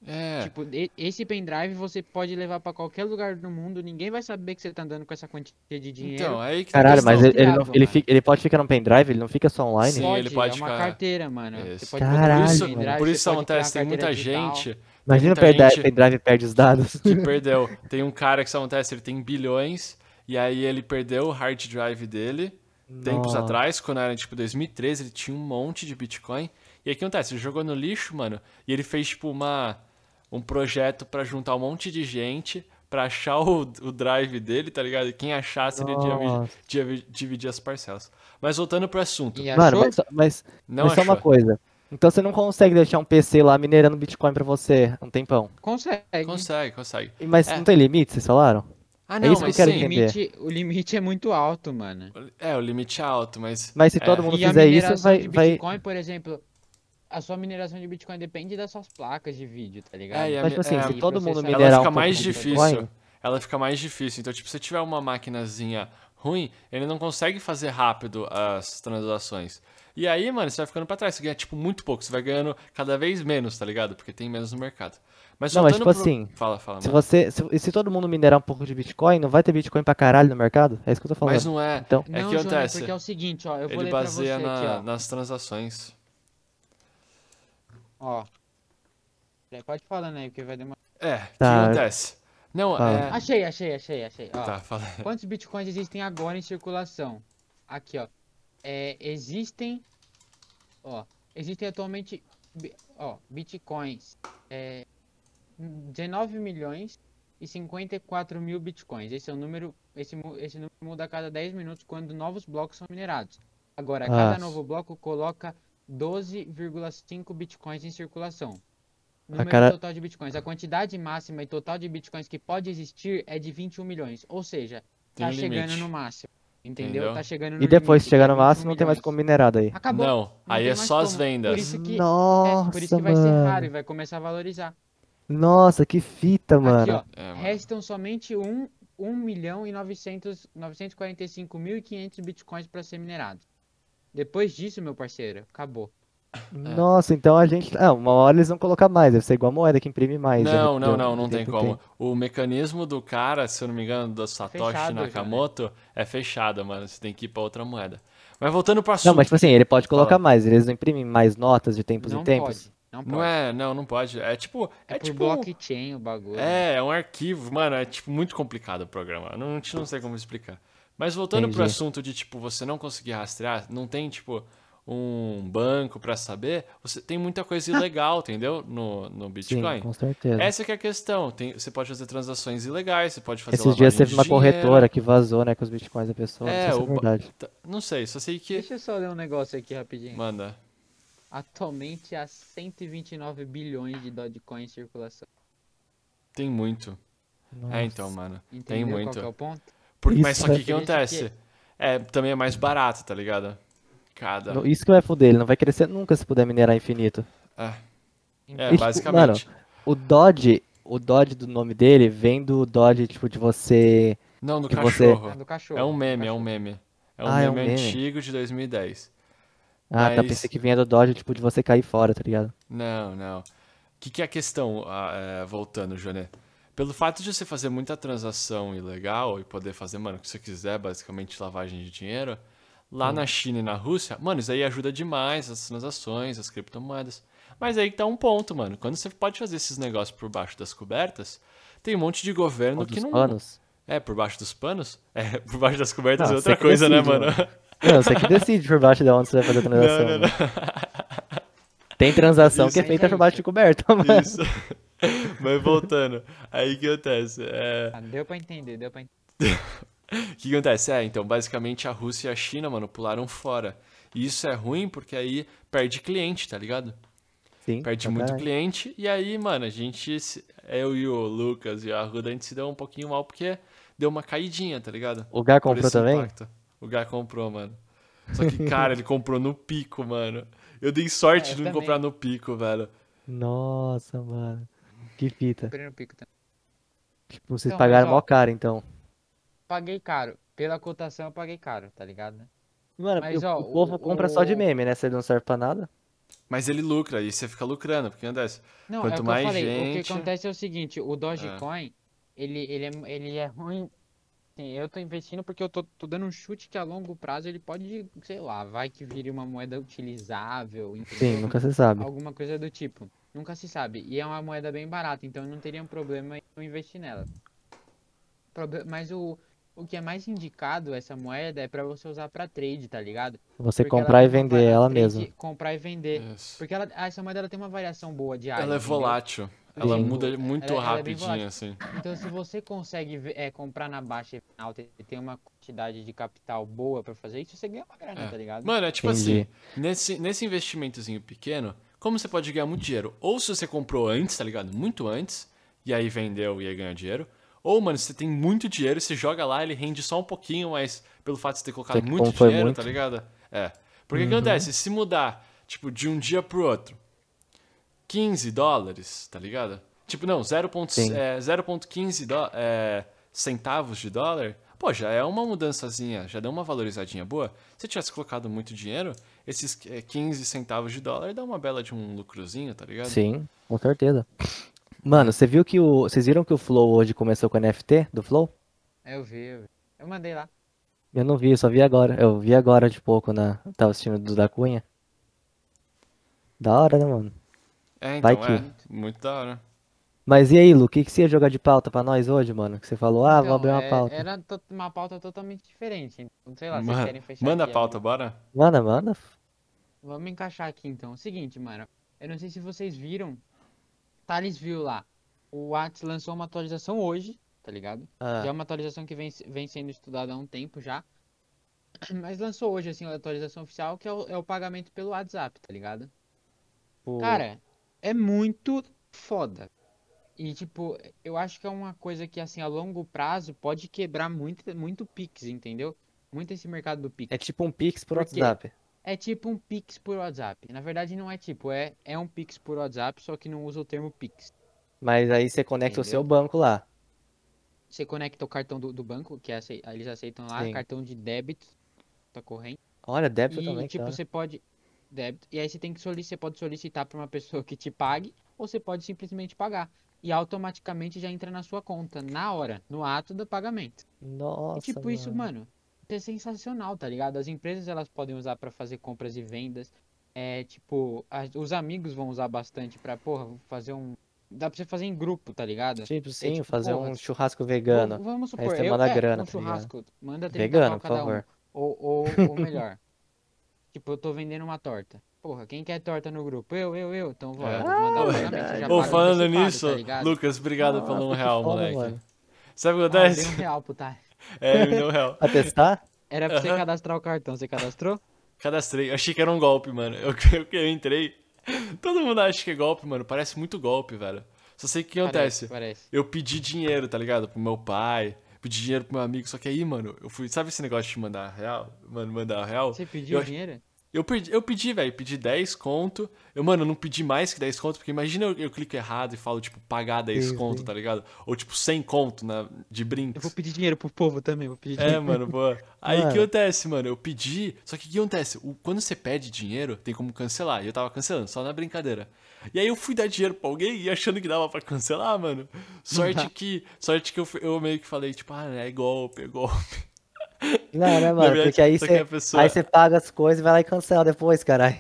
[SPEAKER 2] É,
[SPEAKER 3] Tipo, e- esse pendrive você pode levar pra qualquer lugar do mundo, ninguém vai saber que você tá andando com essa quantia de dinheiro.
[SPEAKER 2] então, aí que tá a
[SPEAKER 1] Caralho, mas
[SPEAKER 2] questão.
[SPEAKER 1] ele, ele não-
[SPEAKER 3] rastreável,
[SPEAKER 1] ele
[SPEAKER 3] mano.
[SPEAKER 1] fica- ele pode ficar num pendrive? Ele não fica só online?
[SPEAKER 2] Sim,
[SPEAKER 3] pode,
[SPEAKER 2] ele pode
[SPEAKER 3] é uma
[SPEAKER 2] ficar-
[SPEAKER 3] carteira, mano.
[SPEAKER 2] Isso.
[SPEAKER 3] Você pode botar
[SPEAKER 1] Caralho,
[SPEAKER 2] Por
[SPEAKER 3] no
[SPEAKER 2] isso,
[SPEAKER 1] mano.
[SPEAKER 3] pendrive,
[SPEAKER 2] por
[SPEAKER 3] você
[SPEAKER 2] isso
[SPEAKER 3] pode criar uma
[SPEAKER 2] acontece, tem muita
[SPEAKER 3] carteira digital.
[SPEAKER 2] gente
[SPEAKER 1] Imagina o
[SPEAKER 2] muita
[SPEAKER 1] pendrive,
[SPEAKER 2] gente-
[SPEAKER 1] pendrive perde os dados.
[SPEAKER 2] que perdeu. Tem um cara que isso acontece, ele tem bilhões, e aí ele perdeu o hard drive dele, tempos
[SPEAKER 1] Nossa.
[SPEAKER 2] atrás, quando era tipo 2013, ele tinha um monte de Bitcoin. E aí o que acontece? Ele jogou no lixo, mano, e ele fez tipo uma, um projeto pra juntar um monte de gente pra achar o, o drive dele, tá ligado? E quem achasse, ele ia
[SPEAKER 1] Nossa.
[SPEAKER 2] dividir, dividir as parcelas. Mas voltando pro assunto,
[SPEAKER 3] E
[SPEAKER 1] Mano,
[SPEAKER 3] achou?
[SPEAKER 1] mas, só- mas,
[SPEAKER 2] não
[SPEAKER 1] mas só
[SPEAKER 2] achou.
[SPEAKER 1] uma coisa. Então você não consegue deixar um PC lá minerando Bitcoin pra você um tempão.
[SPEAKER 3] Consegue.
[SPEAKER 2] Consegue, consegue.
[SPEAKER 1] E- Mas
[SPEAKER 2] É.
[SPEAKER 1] não tem limite, vocês falaram?
[SPEAKER 2] Ah,
[SPEAKER 1] É
[SPEAKER 2] não,
[SPEAKER 1] isso que eu
[SPEAKER 2] mas
[SPEAKER 1] quero
[SPEAKER 3] O
[SPEAKER 2] sim.
[SPEAKER 1] entender.
[SPEAKER 3] limite, o limite é muito alto, mano.
[SPEAKER 2] É, o limite é alto, mas.
[SPEAKER 1] Mas se
[SPEAKER 2] É.
[SPEAKER 1] todo mundo
[SPEAKER 3] e a
[SPEAKER 1] fizer isso,
[SPEAKER 3] mineração
[SPEAKER 1] vai,
[SPEAKER 3] de
[SPEAKER 1] vai...
[SPEAKER 3] Bitcoin, por exemplo, a sua mineração de Bitcoin depende das suas placas de vídeo, tá ligado?
[SPEAKER 2] É, e a
[SPEAKER 1] Mas, tipo assim,
[SPEAKER 2] é,
[SPEAKER 1] se
[SPEAKER 3] e
[SPEAKER 1] todo mundo
[SPEAKER 3] processar-
[SPEAKER 2] ela
[SPEAKER 1] minerar
[SPEAKER 2] fica
[SPEAKER 1] um
[SPEAKER 2] mais
[SPEAKER 1] pouquinho de
[SPEAKER 2] difícil.
[SPEAKER 1] Bitcoin,
[SPEAKER 2] Ela fica mais difícil. Então, tipo, se tiver uma maquinazinha ruim, ele não consegue fazer rápido as transações. E aí, mano, você vai ficando pra trás. Você ganha, tipo, muito pouco. Você vai ganhando cada vez menos, tá ligado? Porque tem menos no mercado. Mas
[SPEAKER 1] Não, mas,
[SPEAKER 2] voltando
[SPEAKER 1] tipo
[SPEAKER 2] pro-
[SPEAKER 1] assim,
[SPEAKER 2] Fala, fala,
[SPEAKER 1] se
[SPEAKER 2] mano.
[SPEAKER 1] você, se, e se todo mundo minerar um pouco de Bitcoin, não vai ter Bitcoin pra caralho no mercado? É isso que eu tô falando.
[SPEAKER 2] Mas não é.
[SPEAKER 1] Então,
[SPEAKER 2] É
[SPEAKER 3] Não,
[SPEAKER 2] que
[SPEAKER 3] Johnny,
[SPEAKER 2] acontece.
[SPEAKER 3] porque é o seguinte, ó, eu vou
[SPEAKER 2] Ele
[SPEAKER 3] ler pra você
[SPEAKER 2] baseia na-
[SPEAKER 3] aqui, ó.
[SPEAKER 2] nas transações.
[SPEAKER 3] Ó. Peraí, Pode falar, né? Porque vai demorar.
[SPEAKER 2] É, o que
[SPEAKER 1] Tá.
[SPEAKER 2] acontece? Não,
[SPEAKER 1] Fala.
[SPEAKER 2] é.
[SPEAKER 3] Achei, achei, achei, achei. Ó,
[SPEAKER 2] Tá, fala.
[SPEAKER 3] Quantos bitcoins existem agora em circulação? Aqui, ó. É, existem. Ó. Existem atualmente. bi- Ó, bitcoins. É, 19 milhões e 54 mil bitcoins. Esse é o número. Esse, mu- esse número muda a cada 10 minutos quando novos blocos são minerados. Agora, cada
[SPEAKER 1] Ah.
[SPEAKER 3] novo bloco coloca 12,5 bitcoins em circulação.
[SPEAKER 1] A
[SPEAKER 3] Número
[SPEAKER 1] cara-
[SPEAKER 3] total de bitcoins. A quantidade máxima e total de bitcoins que pode existir é de 21 milhões. Ou seja,
[SPEAKER 2] Tem
[SPEAKER 3] tá
[SPEAKER 2] um
[SPEAKER 3] chegando
[SPEAKER 2] limite.
[SPEAKER 3] no máximo. Entendeu?
[SPEAKER 2] Entendeu?
[SPEAKER 3] Tá chegando no
[SPEAKER 1] e depois,
[SPEAKER 3] limite,
[SPEAKER 1] se chegar no
[SPEAKER 3] que é 21
[SPEAKER 1] máximo, não tem mais
[SPEAKER 3] milhões.
[SPEAKER 1] como minerar daí.
[SPEAKER 3] Acabou.
[SPEAKER 2] Não, aí
[SPEAKER 3] tem
[SPEAKER 2] é
[SPEAKER 3] mais
[SPEAKER 2] só as
[SPEAKER 3] como. Por
[SPEAKER 2] vendas.
[SPEAKER 3] isso que-
[SPEAKER 1] Nossa,
[SPEAKER 3] É, por isso que vai
[SPEAKER 1] mano.
[SPEAKER 3] ser raro e vai começar a valorizar.
[SPEAKER 1] Nossa, que fita,
[SPEAKER 3] Aqui,
[SPEAKER 1] mano.
[SPEAKER 3] ó.
[SPEAKER 2] É, mano.
[SPEAKER 3] Restam somente 1, 1 milhão e 900, 945.500 bitcoins para ser minerado. Depois disso, meu parceiro, acabou. É.
[SPEAKER 1] Nossa, então a gente. Ah, uma hora eles vão colocar mais, deve ser igual a moeda que imprime mais.
[SPEAKER 2] Não,
[SPEAKER 1] né?
[SPEAKER 2] não, não, não tem
[SPEAKER 1] Entendi.
[SPEAKER 2] como. O mecanismo do cara, se eu não me engano, do Satoshi
[SPEAKER 3] Fechado já, né?
[SPEAKER 2] Nakamoto, é fechado, mano. Você tem que ir pra outra moeda. Mas voltando pro assunto.
[SPEAKER 1] Não, mas tipo assim, ele pode colocar
[SPEAKER 2] Fala.
[SPEAKER 1] mais, eles não imprimem mais notas de tempos
[SPEAKER 3] Não
[SPEAKER 1] em tempos.
[SPEAKER 3] pode. Não pode.
[SPEAKER 2] Não é, não, não pode. É tipo. É,
[SPEAKER 3] É por
[SPEAKER 2] tipo.
[SPEAKER 3] blockchain o bagulho.
[SPEAKER 2] É, é um arquivo, mano. É tipo muito complicado o programa. Não, não- não sei como explicar. Mas voltando pro
[SPEAKER 1] Entendi.
[SPEAKER 2] assunto de, tipo, você não conseguir rastrear, não tem, tipo, um banco pra saber, você tem muita coisa ilegal, entendeu? No, no
[SPEAKER 1] Sim,
[SPEAKER 2] Bitcoin.
[SPEAKER 1] com certeza.
[SPEAKER 2] Essa que é a questão. Tem- você pode fazer transações ilegais, você pode fazer
[SPEAKER 1] Esses dias
[SPEAKER 2] lavagem
[SPEAKER 1] teve
[SPEAKER 2] de
[SPEAKER 1] uma
[SPEAKER 2] dinheiro.
[SPEAKER 1] corretora que vazou, né, com os bitcoins da pessoa.
[SPEAKER 2] É,
[SPEAKER 1] não sei se
[SPEAKER 2] o
[SPEAKER 1] é
[SPEAKER 2] ba-
[SPEAKER 1] verdade.
[SPEAKER 2] Tá, Não sei, só sei que.
[SPEAKER 3] Deixa eu só ler um negócio aqui rapidinho.
[SPEAKER 2] Manda.
[SPEAKER 3] Atualmente há 129 bilhões de Dogecoin em circulação.
[SPEAKER 2] Tem muito. É, então,
[SPEAKER 1] Nossa.
[SPEAKER 2] mano. Tem
[SPEAKER 3] Entendeu
[SPEAKER 2] muito.
[SPEAKER 3] qual que é o ponto?
[SPEAKER 2] Por-
[SPEAKER 1] Isso,
[SPEAKER 2] Mas só que o que
[SPEAKER 3] né?
[SPEAKER 2] acontece? É, também é mais barato, tá ligado? Cada.
[SPEAKER 1] No- Isso que vai foder, ele não vai crescer nunca se puder minerar infinito.
[SPEAKER 2] É,
[SPEAKER 1] tipo,
[SPEAKER 2] basicamente.
[SPEAKER 1] O Dodge, o Dodge do nome dele vem do Dodge, tipo, de você.
[SPEAKER 2] Não, do
[SPEAKER 1] que você-
[SPEAKER 2] cachorro.
[SPEAKER 3] Ah, do cachorro.
[SPEAKER 2] É um
[SPEAKER 3] do
[SPEAKER 2] meme, é um
[SPEAKER 3] cachorro.
[SPEAKER 2] meme. É um,
[SPEAKER 1] Ah,
[SPEAKER 2] meme,
[SPEAKER 1] é um meme.
[SPEAKER 2] antigo de 2010.
[SPEAKER 1] Ah, tá,
[SPEAKER 2] Mas-
[SPEAKER 1] pensei que vinha do Dodge, tipo, de você cair fora, tá ligado?
[SPEAKER 2] Não, não. O que, que é a questão, ah, é, voltando, Joné? Pelo fato de você fazer muita transação ilegal e poder fazer, mano, o que você quiser, basicamente lavagem de dinheiro, lá
[SPEAKER 1] Hum.
[SPEAKER 2] na China e na Rússia, mano, isso aí ajuda demais as transações, as criptomoedas. Mas aí que tá um ponto, mano. Quando você pode fazer esses negócios por baixo das cobertas, tem um monte de governo
[SPEAKER 1] Ou
[SPEAKER 2] que
[SPEAKER 1] dos
[SPEAKER 2] não.
[SPEAKER 1] panos.
[SPEAKER 2] É, por baixo dos panos? É, por baixo das cobertas
[SPEAKER 1] Não,
[SPEAKER 2] é outra
[SPEAKER 1] Ah, você que
[SPEAKER 2] coisa, né,
[SPEAKER 1] decide,
[SPEAKER 2] mano?
[SPEAKER 1] Não, você que decide por baixo de onde você vai fazer a transação.
[SPEAKER 2] Não, não,
[SPEAKER 1] né?
[SPEAKER 2] não.
[SPEAKER 1] Tem transação
[SPEAKER 2] Isso.
[SPEAKER 1] que é feita por baixo de coberta, mano.
[SPEAKER 2] Isso. Mas voltando, aí o que acontece? É,
[SPEAKER 3] Ah, deu pra entender, deu pra entender.
[SPEAKER 2] O que acontece? É, então, basicamente a Rússia e a China, mano, pularam fora. E isso é ruim porque aí perde cliente, tá ligado?
[SPEAKER 1] Sim, é
[SPEAKER 2] Perde
[SPEAKER 1] pra
[SPEAKER 2] muito
[SPEAKER 1] caralho.
[SPEAKER 2] cliente. E aí, mano, a gente, se- eu e o Lucas e a Ruda, a gente se deu um pouquinho mal porque deu uma caidinha, tá ligado?
[SPEAKER 1] O Gá
[SPEAKER 2] Por
[SPEAKER 1] comprou
[SPEAKER 2] esse
[SPEAKER 1] também?
[SPEAKER 2] impacto. O Gá comprou, mano. Só que, cara, ele comprou no pico, mano. Eu dei sorte
[SPEAKER 3] É, eu
[SPEAKER 2] de não
[SPEAKER 3] também.
[SPEAKER 2] comprar no pico, velho.
[SPEAKER 1] Nossa, mano. Que fita.
[SPEAKER 3] Comprei no pico também.
[SPEAKER 1] Tipo, vocês
[SPEAKER 3] Então, mas,
[SPEAKER 1] pagaram
[SPEAKER 3] ó.
[SPEAKER 1] mó caro, então.
[SPEAKER 3] Paguei caro. Pela cotação eu paguei caro, tá ligado? né?
[SPEAKER 1] Mano,
[SPEAKER 3] Mas,
[SPEAKER 1] o,
[SPEAKER 3] ó,
[SPEAKER 1] o povo
[SPEAKER 3] o-
[SPEAKER 1] compra só de
[SPEAKER 3] o-
[SPEAKER 1] meme, né? Se ele não serve pra nada.
[SPEAKER 2] Mas ele lucra, e você fica lucrando, porque acontece.
[SPEAKER 3] Não,
[SPEAKER 2] Quanto
[SPEAKER 3] é o que
[SPEAKER 2] mais
[SPEAKER 3] eu falei. O
[SPEAKER 2] gente-
[SPEAKER 3] que acontece é o seguinte, o Dogecoin, ele, ele, é, ele é ruim. Assim, eu tô investindo porque eu tô, tô dando um chute que a longo prazo ele pode, sei lá, vai que vire uma moeda utilizável,
[SPEAKER 1] Sim,
[SPEAKER 3] entendeu?
[SPEAKER 1] nunca se sabe.
[SPEAKER 3] Alguma coisa do tipo. Nunca se sabe. E é uma moeda bem barata, então eu não teria um problema em eu investir nela. Probe- Mas o, o que é mais indicado essa moeda é pra você usar pra trade, tá ligado?
[SPEAKER 1] Você
[SPEAKER 3] Porque ela
[SPEAKER 1] comprar e
[SPEAKER 3] tem uma
[SPEAKER 1] vender
[SPEAKER 3] va-
[SPEAKER 1] ela
[SPEAKER 3] trade-
[SPEAKER 1] mesma.
[SPEAKER 3] Comprar e vender.
[SPEAKER 2] Isso.
[SPEAKER 3] É, Porque ela, essa moeda ela tem uma variação boa diária.
[SPEAKER 2] Ela é
[SPEAKER 3] entendeu?
[SPEAKER 2] volátil. Ela
[SPEAKER 1] Sim.
[SPEAKER 2] muda muito
[SPEAKER 3] Ela- ela é bem
[SPEAKER 2] rapidinho,
[SPEAKER 3] volátil.
[SPEAKER 2] assim.
[SPEAKER 3] Então, se você consegue ve- é, comprar na baixa e na alta e tem uma quantidade de capital boa pra fazer isso, você ganha uma grana,
[SPEAKER 2] É.
[SPEAKER 3] tá ligado?
[SPEAKER 2] Mano, é tipo
[SPEAKER 1] Entendi.
[SPEAKER 2] assim, nesse, nesse investimentozinho pequeno, como você pode ganhar muito dinheiro? Ou se você comprou antes, tá ligado? Muito antes, e aí vendeu e aí ganhou dinheiro. Ou, mano, você tem muito dinheiro, você joga lá, ele rende só um pouquinho, mas pelo fato de você ter colocado
[SPEAKER 1] Sei que
[SPEAKER 2] muito
[SPEAKER 1] como foi
[SPEAKER 2] dinheiro,
[SPEAKER 1] muito. Uhum.
[SPEAKER 2] tá ligado? É. Porque o que acontece? Se mudar, tipo, de um dia pro outro, 15 dólares, tá ligado? Tipo, não, 0. ponto-
[SPEAKER 1] Sim.
[SPEAKER 2] é, 0.15 dó- é, centavos de dólar. Pô, já é uma mudançazinha, já deu uma valorizadinha boa. Se tivesse colocado muito dinheiro, esses é, 15 centavos de dólar dá uma bela de um lucrozinho, tá ligado?
[SPEAKER 1] Sim, com certeza. Mano, você viu que o. Vocês viram que o Flow hoje começou com NFT do Flow?
[SPEAKER 3] Eu vi, eu vi. Eu mandei lá.
[SPEAKER 1] Eu não vi, eu só vi agora. Eu vi agora de pouco na. eu Tava assistindo do da Cunha. Da hora, né, mano?
[SPEAKER 2] É, então,
[SPEAKER 1] Vai
[SPEAKER 2] é.
[SPEAKER 1] que-
[SPEAKER 2] Muito da hora.
[SPEAKER 1] Mas e aí, Lu, o que, que você ia jogar de pauta pra nós hoje, mano? Que você falou, ah, vou
[SPEAKER 3] Então,
[SPEAKER 1] abrir uma
[SPEAKER 3] é-
[SPEAKER 1] pauta.
[SPEAKER 3] Era to- uma pauta totalmente diferente. Então, sei lá, vocês querem
[SPEAKER 2] Mano,
[SPEAKER 3] fechar
[SPEAKER 2] manda a
[SPEAKER 3] aqui,
[SPEAKER 2] pauta, bora?
[SPEAKER 1] Manda, manda.
[SPEAKER 3] Vamos encaixar aqui então. O seguinte, mano. Eu não sei se vocês viram. Thales viu lá. O Whats lançou uma atualização hoje, tá ligado?
[SPEAKER 1] Ah,
[SPEAKER 3] Já é uma atualização que vem, vem sendo estudada há um tempo já. Mas lançou hoje, assim, a atualização oficial, que é o, é o pagamento pelo WhatsApp, tá ligado?
[SPEAKER 1] tipo,
[SPEAKER 3] Cara, é muito foda. E, tipo, eu acho que é uma coisa que, assim, a longo prazo pode quebrar muito, muito Pix, entendeu? Muito esse mercado do Pix.
[SPEAKER 1] é tipo um Pix por
[SPEAKER 3] por quê?
[SPEAKER 1] WhatsApp.
[SPEAKER 3] É tipo um Pix por WhatsApp. Na verdade, não é tipo, é, é um Pix por WhatsApp, só que não usa o termo Pix.
[SPEAKER 1] Mas aí você conecta o seu
[SPEAKER 3] Entendeu?
[SPEAKER 1] banco lá.
[SPEAKER 3] Você conecta o cartão do, do banco, que é acei- eles aceitam lá,
[SPEAKER 1] Sim.
[SPEAKER 3] cartão de débito, tá corrente.
[SPEAKER 1] Olha, débito
[SPEAKER 3] E,
[SPEAKER 1] também, então.
[SPEAKER 3] tipo,
[SPEAKER 1] cara.
[SPEAKER 3] você pode. Débito. E aí você tem que solici- você pode solicitar pra uma pessoa que te pague, ou você pode simplesmente pagar. E automaticamente já entra na sua conta, na hora, no ato do pagamento.
[SPEAKER 1] Nossa,
[SPEAKER 3] e tipo, isso, mano, é sensacional, tá ligado? As empresas elas podem usar pra fazer compras e vendas. É, tipo, as- os amigos vão usar bastante pra, porra, fazer um. Dá pra você fazer em grupo, tá ligado?
[SPEAKER 1] Tipo, sim,
[SPEAKER 3] tipo,
[SPEAKER 1] fazer
[SPEAKER 3] porra,
[SPEAKER 1] um churrasco vegano.
[SPEAKER 3] Vamos, vamos
[SPEAKER 1] Aí
[SPEAKER 3] supor,
[SPEAKER 1] você
[SPEAKER 3] eu,
[SPEAKER 1] manda
[SPEAKER 3] é,
[SPEAKER 1] grana,
[SPEAKER 3] um
[SPEAKER 1] tá ligado?
[SPEAKER 3] churrasco, manda 30
[SPEAKER 1] Vegano,
[SPEAKER 3] pau
[SPEAKER 1] por
[SPEAKER 3] cada um.
[SPEAKER 1] favor.
[SPEAKER 3] Ou, ou, ou melhor, tipo, eu tô vendendo uma torta. Porra, quem quer torta no grupo? Eu, eu, eu. Então, vou,
[SPEAKER 2] É.
[SPEAKER 3] eu vou mandar um pagamento,
[SPEAKER 1] verdade.
[SPEAKER 3] você já
[SPEAKER 1] Já
[SPEAKER 2] Ô,
[SPEAKER 3] paga
[SPEAKER 2] falando
[SPEAKER 3] antecipado,
[SPEAKER 2] nisso,
[SPEAKER 3] tá ligado?
[SPEAKER 2] Lucas, obrigado
[SPEAKER 1] Nossa,
[SPEAKER 2] pelo um
[SPEAKER 1] que
[SPEAKER 2] real,
[SPEAKER 1] foda,
[SPEAKER 2] moleque.
[SPEAKER 1] mano.
[SPEAKER 2] Sabe o que
[SPEAKER 3] Ah, eu dei um
[SPEAKER 2] acontece?
[SPEAKER 3] real pro Thales.
[SPEAKER 2] É, me deu um real.
[SPEAKER 1] Pra testar?
[SPEAKER 3] Era pra você
[SPEAKER 2] Aham.
[SPEAKER 3] cadastrar o cartão, você cadastrou?
[SPEAKER 2] Cadastrei. Eu achei que era um golpe, mano. Eu, eu, eu entrei. Todo mundo acha que é golpe, mano. Parece muito golpe, velho. Só sei o que acontece.
[SPEAKER 3] Parece, parece.
[SPEAKER 2] Eu pedi dinheiro, tá ligado? Pro meu pai, pedi dinheiro pro meu amigo. Só que aí, mano, eu fui. Sabe esse negócio de mandar real? Mano, mandar real?
[SPEAKER 3] Você pediu
[SPEAKER 2] Eu-
[SPEAKER 3] dinheiro?
[SPEAKER 2] Eu pedi, eu pedi, velho, pedi 10 conto. Eu, mano, eu não pedi mais que 10 conto, porque imagina eu, eu clico errado e falo, tipo, pagar 10
[SPEAKER 1] Sim,
[SPEAKER 2] conto,
[SPEAKER 1] sim.
[SPEAKER 2] tá ligado? Ou tipo, 100 conto na, de brinks.
[SPEAKER 3] Eu vou pedir dinheiro pro povo também, vou pedir
[SPEAKER 2] É,
[SPEAKER 3] dinheiro.
[SPEAKER 2] mano, boa. Aí o
[SPEAKER 1] Mano.
[SPEAKER 2] que acontece, mano? Eu pedi. Só que o que acontece? O- quando você pede dinheiro, tem como cancelar. E eu tava cancelando, só na brincadeira. E aí eu fui dar dinheiro pra alguém e achando que dava pra cancelar, mano. Sorte que. Sorte que eu, fui- eu meio que falei, tipo, ah, é golpe, é golpe.
[SPEAKER 1] Não, né, mano?
[SPEAKER 2] verdade,
[SPEAKER 1] Porque aí
[SPEAKER 2] só que
[SPEAKER 1] você,
[SPEAKER 2] a pessoa-
[SPEAKER 1] aí você paga as coisas e vai lá e cancela depois, caralho.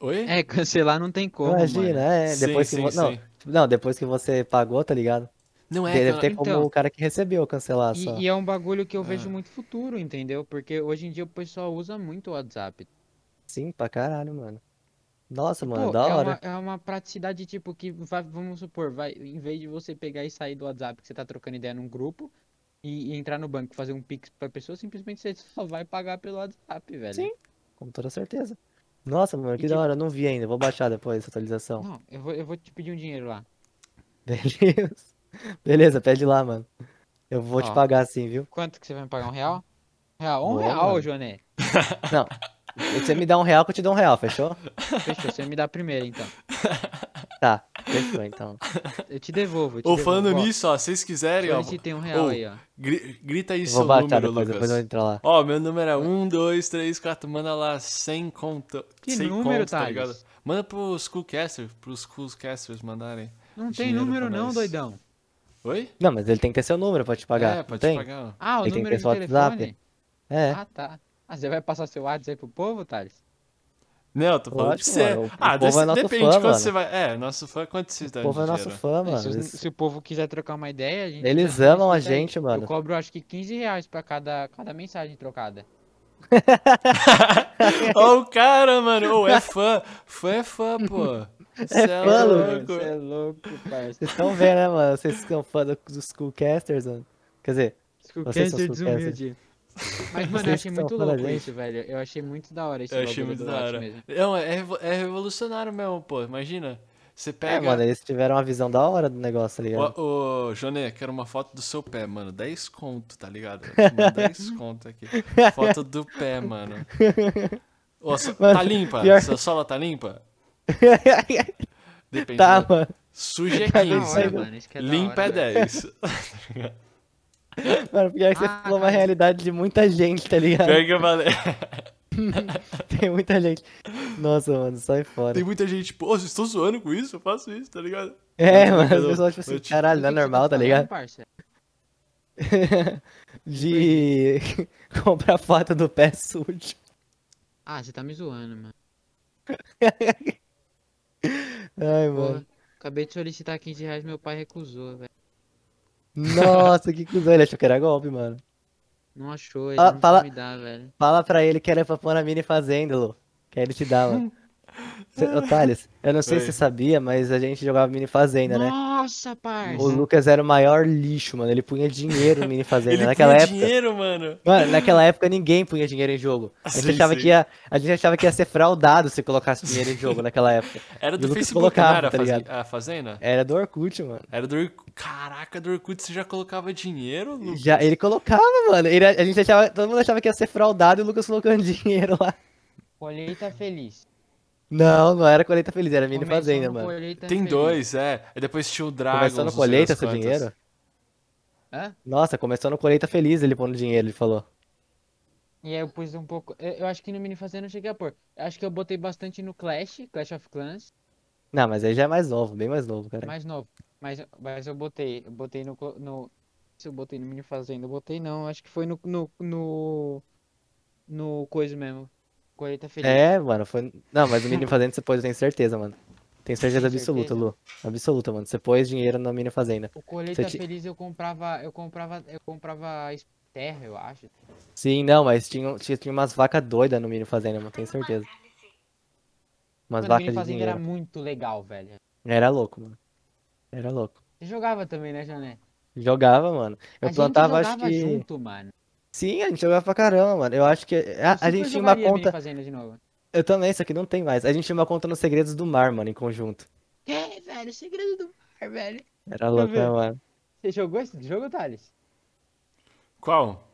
[SPEAKER 2] Oi?
[SPEAKER 3] É, cancelar não tem como,
[SPEAKER 1] Imagina,
[SPEAKER 3] mano.
[SPEAKER 1] é.
[SPEAKER 2] Sim,
[SPEAKER 1] Depois que
[SPEAKER 2] sim,
[SPEAKER 1] vo- não, tipo,
[SPEAKER 2] sim.
[SPEAKER 1] não, depois que você pagou, tá ligado?
[SPEAKER 2] Não é,
[SPEAKER 1] Deve
[SPEAKER 2] cara.
[SPEAKER 1] ter
[SPEAKER 3] então.
[SPEAKER 1] como o cara que recebeu cancelar só.
[SPEAKER 3] E, e é um bagulho
[SPEAKER 2] Ah.
[SPEAKER 3] que eu vejo muito futuro, entendeu? Porque hoje em dia o pessoal usa muito o WhatsApp.
[SPEAKER 1] Sim, pra caralho, mano. Nossa,
[SPEAKER 3] Pô,
[SPEAKER 1] mano, da
[SPEAKER 3] é
[SPEAKER 1] hora.
[SPEAKER 3] Uma, é uma praticidade, tipo, que vai- vamos supor, vai, em vez de você pegar e sair do WhatsApp, que você tá trocando ideia num grupo, e, e entrar no banco e fazer um pix pra pessoa, simplesmente você só vai pagar pelo WhatsApp, velho.
[SPEAKER 1] Sim. Com toda certeza. Nossa, mano, que
[SPEAKER 3] E
[SPEAKER 1] da
[SPEAKER 3] tipo-
[SPEAKER 1] hora. Eu não vi ainda. Vou baixar depois essa atualização.
[SPEAKER 3] Não, eu vou, eu vou te pedir um dinheiro lá.
[SPEAKER 1] Beleza. Beleza, pede lá, mano. Eu vou te
[SPEAKER 3] Ó.
[SPEAKER 1] pagar sim, viu?
[SPEAKER 3] Quanto que você vai me pagar? Um real? Real, um
[SPEAKER 1] Boa,
[SPEAKER 3] real,
[SPEAKER 1] mano.
[SPEAKER 3] Joné.
[SPEAKER 1] Não. E Você me dá um real que eu te dou um real, fechou?
[SPEAKER 3] Fechou, você me dá primeiro, então.
[SPEAKER 1] Tá, fechou então.
[SPEAKER 3] Eu te devolvo. eu te
[SPEAKER 2] Ou falando
[SPEAKER 3] devolvo. Ó,
[SPEAKER 2] nisso, ó, se vocês quiserem, ó,
[SPEAKER 3] Solicitei um real
[SPEAKER 2] Ô,
[SPEAKER 3] aí, ó.
[SPEAKER 2] gri- grita aí
[SPEAKER 1] Eu
[SPEAKER 2] seu
[SPEAKER 1] Vou baixar
[SPEAKER 2] número,
[SPEAKER 1] depois, depois eu vou
[SPEAKER 2] Lucas.
[SPEAKER 1] entrar lá.
[SPEAKER 2] Ó, meu número é 1, 2, 3, 4, manda lá sem conta.
[SPEAKER 3] Que
[SPEAKER 2] sem
[SPEAKER 3] número,
[SPEAKER 2] conto, tá
[SPEAKER 3] Thales?
[SPEAKER 2] ligado? Manda pros Schoolcasters, pros Schoolcasters mandarem.
[SPEAKER 3] Não tem
[SPEAKER 2] dinheiro
[SPEAKER 3] número
[SPEAKER 2] pra
[SPEAKER 3] não,
[SPEAKER 2] nós.
[SPEAKER 3] doidão.
[SPEAKER 2] Oi?
[SPEAKER 1] Não, mas ele tem que ter seu número pra te pagar.
[SPEAKER 2] É,
[SPEAKER 1] não
[SPEAKER 2] pode
[SPEAKER 1] tem?
[SPEAKER 2] pagar.
[SPEAKER 3] Ah, o
[SPEAKER 1] Ele tem que
[SPEAKER 3] número
[SPEAKER 1] ter
[SPEAKER 3] de
[SPEAKER 1] seu WhatsApp.
[SPEAKER 3] telefone?
[SPEAKER 1] É.
[SPEAKER 3] Ah, tá. Ah, você vai passar seu WhatsApp aí pro povo, Thales?
[SPEAKER 2] Não, eu tô falando de
[SPEAKER 1] Lógico,
[SPEAKER 2] você.
[SPEAKER 1] mano, o-
[SPEAKER 2] ah,
[SPEAKER 1] o povo é
[SPEAKER 2] desse-
[SPEAKER 1] nosso
[SPEAKER 2] depende
[SPEAKER 1] fã,
[SPEAKER 2] quanto
[SPEAKER 1] mano.
[SPEAKER 2] você vai. É, nosso fã, quanto você
[SPEAKER 1] O
[SPEAKER 2] dá
[SPEAKER 1] povo é
[SPEAKER 2] de
[SPEAKER 1] nosso
[SPEAKER 2] dinheiro?
[SPEAKER 1] fã,
[SPEAKER 3] É,
[SPEAKER 1] mano.
[SPEAKER 3] se, os-
[SPEAKER 1] Eles,
[SPEAKER 3] se o povo quiser trocar uma ideia, a gente.
[SPEAKER 1] eles
[SPEAKER 3] tá-
[SPEAKER 1] amam a
[SPEAKER 3] escuta aí.
[SPEAKER 1] gente, mano.
[SPEAKER 3] Eu cobro acho que 15 reais pra cada, cada mensagem trocada.
[SPEAKER 2] Ó, o cara, mano. Ou é fã. Fã é fã, pô. Cê É,
[SPEAKER 1] fã,
[SPEAKER 2] louco.
[SPEAKER 3] Você é louco, parça.
[SPEAKER 1] Vocês estão vendo, né, mano? Vocês são fã do- dos Coolcasters, mano. Quer dizer,
[SPEAKER 3] Desculpa,
[SPEAKER 1] Vocês são
[SPEAKER 3] cancer desumilde. Mas, mano, eu
[SPEAKER 1] Vocês
[SPEAKER 3] achei
[SPEAKER 1] que são fã
[SPEAKER 3] muito
[SPEAKER 1] da
[SPEAKER 3] louco
[SPEAKER 1] gente.
[SPEAKER 3] isso, velho. Eu achei muito da hora esse
[SPEAKER 2] Eu achei
[SPEAKER 3] bagulho
[SPEAKER 2] muito
[SPEAKER 3] do
[SPEAKER 2] da
[SPEAKER 3] Watts
[SPEAKER 2] hora.
[SPEAKER 3] mesmo.
[SPEAKER 2] Não, é, revo- é revolucionário mesmo, pô. Imagina. Você pega.
[SPEAKER 1] é, mano, eles tiveram uma visão da hora do negócio, tá ligado?
[SPEAKER 2] Ô, ô, Jonê, quero uma foto do seu pé, mano. 10 conto, tá ligado? Eu te mando 10 conto aqui. Foto do pé, mano. Ô, so- tá
[SPEAKER 1] Mano,
[SPEAKER 2] limpa?
[SPEAKER 1] pior-
[SPEAKER 2] Sua sola tá limpa? Depende.
[SPEAKER 1] tá,
[SPEAKER 2] né?
[SPEAKER 1] mano.
[SPEAKER 2] Suja é
[SPEAKER 1] Tá
[SPEAKER 2] 15,
[SPEAKER 1] na hora,
[SPEAKER 2] mano.
[SPEAKER 3] mano, isso que é da
[SPEAKER 2] Limpa
[SPEAKER 3] hora,
[SPEAKER 2] é 10.
[SPEAKER 1] Mano, pior que você
[SPEAKER 3] Ah,
[SPEAKER 1] falou uma
[SPEAKER 3] cara.
[SPEAKER 1] realidade de muita gente, tá ligado?
[SPEAKER 2] Pior que eu falei.
[SPEAKER 1] Tem muita gente. Nossa, mano, sai fora.
[SPEAKER 2] Tem muita gente, tipo, ô, vocês estão zoando com isso? Eu faço isso, tá ligado?
[SPEAKER 1] É,
[SPEAKER 2] Não,
[SPEAKER 1] mano,
[SPEAKER 2] pelo-
[SPEAKER 1] as pessoas, tipo assim,
[SPEAKER 2] eu te-
[SPEAKER 1] caralho,
[SPEAKER 3] Do
[SPEAKER 1] não é
[SPEAKER 3] que que você
[SPEAKER 1] normal, tá
[SPEAKER 3] falando,
[SPEAKER 1] ligado?
[SPEAKER 3] parça?
[SPEAKER 1] De comprar foto do pé sujo.
[SPEAKER 3] Ah, você tá me zoando, mano.
[SPEAKER 1] Ai,
[SPEAKER 3] Porra,
[SPEAKER 1] mano.
[SPEAKER 3] acabei de solicitar 15 reais, meu pai recusou, velho.
[SPEAKER 1] Nossa, que cuzão. Ele achou que era golpe, mano.
[SPEAKER 3] Não achou, ele
[SPEAKER 1] Ah,
[SPEAKER 3] não
[SPEAKER 1] fala-
[SPEAKER 3] quis me dar, velho.
[SPEAKER 1] Fala pra ele que era pra pôr na mini fazenda, Lu. Que aí ele te dá, mano. Cê, ô, Thales, eu não sei
[SPEAKER 2] Oi.
[SPEAKER 1] se você sabia, mas a gente jogava mini fazenda, né?
[SPEAKER 3] Nossa, parça.
[SPEAKER 1] O Lucas era o maior lixo, mano. Ele punha dinheiro no mini fazenda.
[SPEAKER 2] Ele
[SPEAKER 1] naquela
[SPEAKER 2] punha
[SPEAKER 1] época.
[SPEAKER 2] dinheiro, mano.
[SPEAKER 1] Mano, naquela época ninguém punha dinheiro em jogo. A gente,
[SPEAKER 2] Sim,
[SPEAKER 1] achava
[SPEAKER 2] sim.
[SPEAKER 1] que ia, a gente achava que ia ser fraudado se colocasse dinheiro em jogo naquela época.
[SPEAKER 2] Era
[SPEAKER 1] E
[SPEAKER 2] do
[SPEAKER 1] o Lucas
[SPEAKER 2] Facebook, não era
[SPEAKER 1] colocava, tá
[SPEAKER 2] a faze-
[SPEAKER 1] ligado?
[SPEAKER 2] a Fazenda?
[SPEAKER 1] Era do Orkut, mano.
[SPEAKER 2] Era do Orkut. Caraca, do Orkut você já colocava dinheiro, Lucas?
[SPEAKER 1] Já, ele colocava, mano. Ele- a gente achava, todo mundo achava que ia ser fraudado e o Lucas colocando dinheiro lá.
[SPEAKER 3] Colheita feliz.
[SPEAKER 1] Não, não era colheita feliz, era mini
[SPEAKER 3] Começou
[SPEAKER 1] fazenda,
[SPEAKER 3] no
[SPEAKER 1] mano.
[SPEAKER 3] Colheita
[SPEAKER 2] Tem
[SPEAKER 3] Feliz.
[SPEAKER 2] dois, é. Aí depois tinha o Dragon.
[SPEAKER 1] Começou no colheita seu dinheiro?
[SPEAKER 3] Hã?
[SPEAKER 1] Nossa, começou no colheita feliz ele pondo dinheiro, ele falou.
[SPEAKER 3] E aí eu pus um pouco. Eu, eu acho que no Mini Fazenda eu não cheguei a pôr. Eu acho que eu botei bastante no Clash, Clash of Clans,
[SPEAKER 1] Não, mas aí já é mais novo, bem mais novo, cara.
[SPEAKER 3] mais novo. Mas, mas eu botei. Eu botei no, clo- no. Se eu botei no Mini Fazenda, eu botei não. Acho que foi no. No. No, no coisa mesmo. Colheita Feliz.
[SPEAKER 1] É, mano, foi. Não, mas o mini fazenda você pôs, eu tenho certeza, mano. Tenho certeza
[SPEAKER 3] Tem
[SPEAKER 1] absoluta,
[SPEAKER 3] certeza?
[SPEAKER 1] Lu. Absoluta, mano. Você pôs dinheiro na mini fazenda.
[SPEAKER 3] O Colheita
[SPEAKER 1] ti-
[SPEAKER 3] Feliz eu comprava. Eu comprava. Eu comprava es- terra, eu acho.
[SPEAKER 1] Sim, não, mas tinha, tinha, tinha umas vacas doidas no mini fazenda, não tenho certeza. Umas
[SPEAKER 3] Mano, o
[SPEAKER 1] vacas
[SPEAKER 3] Mini
[SPEAKER 1] de
[SPEAKER 3] Fazenda era
[SPEAKER 1] dinheiro.
[SPEAKER 3] muito legal, velho.
[SPEAKER 1] Era louco, mano. Era louco.
[SPEAKER 3] Você jogava também, né, Jané?
[SPEAKER 1] Jogava, mano. Eu
[SPEAKER 3] a
[SPEAKER 1] plantava,
[SPEAKER 3] gente
[SPEAKER 1] acho
[SPEAKER 3] jogava
[SPEAKER 1] que.
[SPEAKER 3] junto, mano.
[SPEAKER 1] Sim, a gente jogava pra caramba, mano. Eu acho que. A,
[SPEAKER 3] Eu
[SPEAKER 1] a
[SPEAKER 2] é
[SPEAKER 3] super
[SPEAKER 1] gente tinha uma
[SPEAKER 3] jogaria Mini
[SPEAKER 1] conta.
[SPEAKER 3] Fazenda de novo.
[SPEAKER 1] Eu também, isso aqui não tem mais. A gente tinha uma conta nos Segredos do Mar, mano, em conjunto.
[SPEAKER 3] É, velho, o segredo do mar, velho.
[SPEAKER 2] É
[SPEAKER 1] Era louco, né,
[SPEAKER 3] ver.
[SPEAKER 1] mano?
[SPEAKER 3] Você jogou esse jogo, Thales?
[SPEAKER 2] Qual?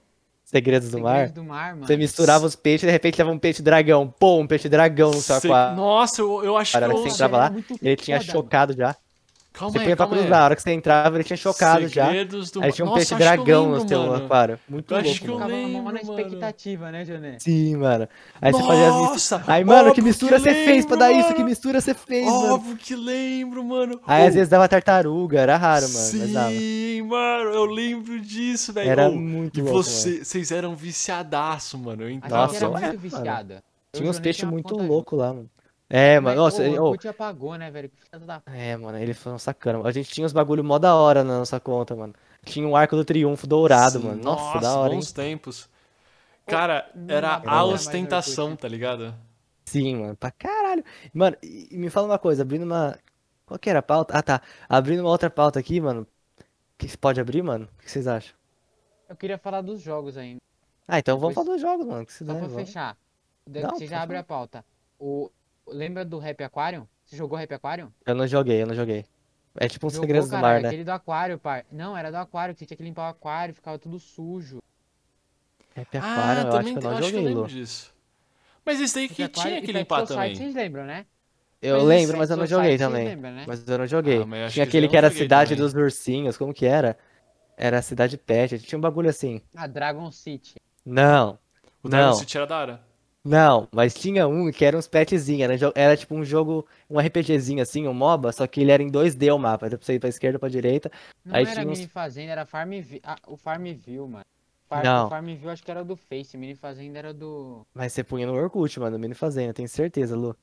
[SPEAKER 1] Segredos do Mar.
[SPEAKER 3] Segredo do mar, mano.
[SPEAKER 1] Você misturava os peixes, de repente dava um peixe dragão. Pô, um peixe dragão no seu
[SPEAKER 2] Você-
[SPEAKER 1] aquário.
[SPEAKER 2] Nossa, eu, eu acho que.
[SPEAKER 1] Cara,
[SPEAKER 2] eu-
[SPEAKER 1] você
[SPEAKER 3] Nossa,
[SPEAKER 1] entrava lá,
[SPEAKER 3] era muito
[SPEAKER 1] Ele tinha
[SPEAKER 3] foda,
[SPEAKER 1] chocado já.
[SPEAKER 2] Calma
[SPEAKER 1] Você
[SPEAKER 2] aí,
[SPEAKER 1] punha pra
[SPEAKER 2] calma aí.
[SPEAKER 1] cruzar. A hora que você entrava, ele tinha chocado já.
[SPEAKER 2] Segredos do
[SPEAKER 1] Aí
[SPEAKER 2] mar.
[SPEAKER 1] tinha um
[SPEAKER 2] Nossa,
[SPEAKER 1] peixe
[SPEAKER 2] acho que eu
[SPEAKER 1] dragão no
[SPEAKER 2] lembro,
[SPEAKER 1] seu
[SPEAKER 2] mano.
[SPEAKER 1] aquário. Muito
[SPEAKER 2] Eu acho
[SPEAKER 1] louco,
[SPEAKER 2] que eu
[SPEAKER 1] mano.
[SPEAKER 3] Ficava
[SPEAKER 2] lembro,
[SPEAKER 3] mó na
[SPEAKER 2] mano.
[SPEAKER 3] expectativa, né, Joné?
[SPEAKER 1] Sim, mano. Aí você fazia as misturas.
[SPEAKER 2] Nossa,
[SPEAKER 1] Aí, mano, que
[SPEAKER 2] óbvio
[SPEAKER 1] mistura
[SPEAKER 2] que
[SPEAKER 1] você fez pra
[SPEAKER 2] lembro,
[SPEAKER 1] dar isso? Que
[SPEAKER 2] mano.
[SPEAKER 1] mistura você fez, mano?
[SPEAKER 2] Óbvio que lembro, mano.
[SPEAKER 1] Aí
[SPEAKER 2] Oh,
[SPEAKER 1] às vezes dava tartaruga, era raro, mano. Mas dava.
[SPEAKER 2] Sim, mano, eu lembro disso, velho.
[SPEAKER 1] Era
[SPEAKER 2] Oh,
[SPEAKER 1] muito
[SPEAKER 2] E
[SPEAKER 1] louco,
[SPEAKER 2] você, vocês eram viciadaço, mano. Eu
[SPEAKER 3] A
[SPEAKER 1] Nossa, eu
[SPEAKER 2] entrava.
[SPEAKER 3] gente era
[SPEAKER 1] era,
[SPEAKER 3] muito
[SPEAKER 1] mano.
[SPEAKER 3] viciado. Eu e
[SPEAKER 1] Tinha
[SPEAKER 3] o
[SPEAKER 1] uns
[SPEAKER 3] Joné
[SPEAKER 1] peixes
[SPEAKER 3] tinha uma
[SPEAKER 1] muito
[SPEAKER 3] conta
[SPEAKER 1] loucos lá, mano. É,
[SPEAKER 3] junto.
[SPEAKER 1] mano. Nossa,
[SPEAKER 3] Mas,
[SPEAKER 1] ele-
[SPEAKER 3] ô, o
[SPEAKER 1] ô,
[SPEAKER 3] Orkut apagou, né, velho? Que filha da...
[SPEAKER 1] É, mano, ele foi um sacana. A gente tinha uns bagulho mó da hora na nossa conta, mano. Tinha um arco do triunfo dourado,
[SPEAKER 2] Sim,
[SPEAKER 1] mano. Nossa, da hora, hein?
[SPEAKER 2] bons tempos. Cara,
[SPEAKER 3] não
[SPEAKER 2] era
[SPEAKER 3] dá pra
[SPEAKER 2] a
[SPEAKER 3] lembrar mais do
[SPEAKER 2] ostentação,
[SPEAKER 3] Orkut,
[SPEAKER 2] tá ligado?
[SPEAKER 1] Sim, mano, pra caralho. Mano, e e me fala uma coisa, abrindo uma. Qual que era a pauta? Ah, tá. Abrindo uma outra pauta aqui, mano. Que se pode abrir, mano? O que vocês acham?
[SPEAKER 3] Eu queria falar dos jogos ainda.
[SPEAKER 1] Ah, então vamos
[SPEAKER 3] Depois-
[SPEAKER 1] falar dos jogos, mano. Que se
[SPEAKER 3] Só
[SPEAKER 1] dane,
[SPEAKER 3] pra
[SPEAKER 1] vamos.
[SPEAKER 3] fechar. Daí
[SPEAKER 1] É, Não,
[SPEAKER 3] você já
[SPEAKER 1] pode
[SPEAKER 3] abre
[SPEAKER 1] falar.
[SPEAKER 3] a pauta. O... Lembra do Rap Aquarium? Você jogou Rap Aquarium?
[SPEAKER 1] Eu não joguei, eu não joguei. É tipo um
[SPEAKER 3] Jogou,
[SPEAKER 1] Segredos do
[SPEAKER 3] cara,
[SPEAKER 1] Mar, né?
[SPEAKER 3] aquele do aquário, par. Não, era do aquário, que você tinha que limpar o aquário, ficava tudo sujo.
[SPEAKER 1] Happy Aquarium, eu acho É que eu
[SPEAKER 2] Ah, tem-
[SPEAKER 1] não
[SPEAKER 2] acho que eu
[SPEAKER 1] joguei,
[SPEAKER 2] lembro
[SPEAKER 1] Lu.
[SPEAKER 2] disso. Mas esse daí que
[SPEAKER 3] Aquário
[SPEAKER 2] tinha
[SPEAKER 3] e tá
[SPEAKER 2] que
[SPEAKER 3] Pet
[SPEAKER 2] limpar
[SPEAKER 3] Society,
[SPEAKER 2] também.
[SPEAKER 3] Vocês lembram, né?
[SPEAKER 1] Eu
[SPEAKER 3] Mas
[SPEAKER 1] lembro,
[SPEAKER 3] esse
[SPEAKER 1] mas eu não
[SPEAKER 3] Pet Society,
[SPEAKER 1] joguei
[SPEAKER 3] vocês
[SPEAKER 1] também.
[SPEAKER 3] lembram, né?
[SPEAKER 1] Mas eu não joguei.
[SPEAKER 2] Ah, mas eu acho
[SPEAKER 1] Tinha
[SPEAKER 2] que
[SPEAKER 1] aquele
[SPEAKER 2] eu
[SPEAKER 1] que era a
[SPEAKER 2] joguei
[SPEAKER 1] Cidade
[SPEAKER 2] também.
[SPEAKER 1] dos Ursinhos, como que era? Era a Cidade Pet, tinha um bagulho assim.
[SPEAKER 3] A Ah, Dragon City.
[SPEAKER 1] Não,
[SPEAKER 2] O Dragon
[SPEAKER 1] Não.
[SPEAKER 2] City era da hora.
[SPEAKER 1] não, mas tinha um que era uns petzinhos, era, um jo- era tipo um jogo, um RPGzinho assim, um MOBA, só que ele era em 2D o mapa, era pra você ir pra esquerda, pra direita.
[SPEAKER 3] Não
[SPEAKER 1] Aí
[SPEAKER 3] era
[SPEAKER 1] tinha uns-
[SPEAKER 3] Mini Fazenda, era Farmville. Ah, o Farmville, mano. Far...
[SPEAKER 1] Não.
[SPEAKER 3] O Farmville acho que era do Face, Mini Fazenda era do.
[SPEAKER 1] Mas você punha no Orkut, mano, Mini Fazenda, tenho certeza, Lu.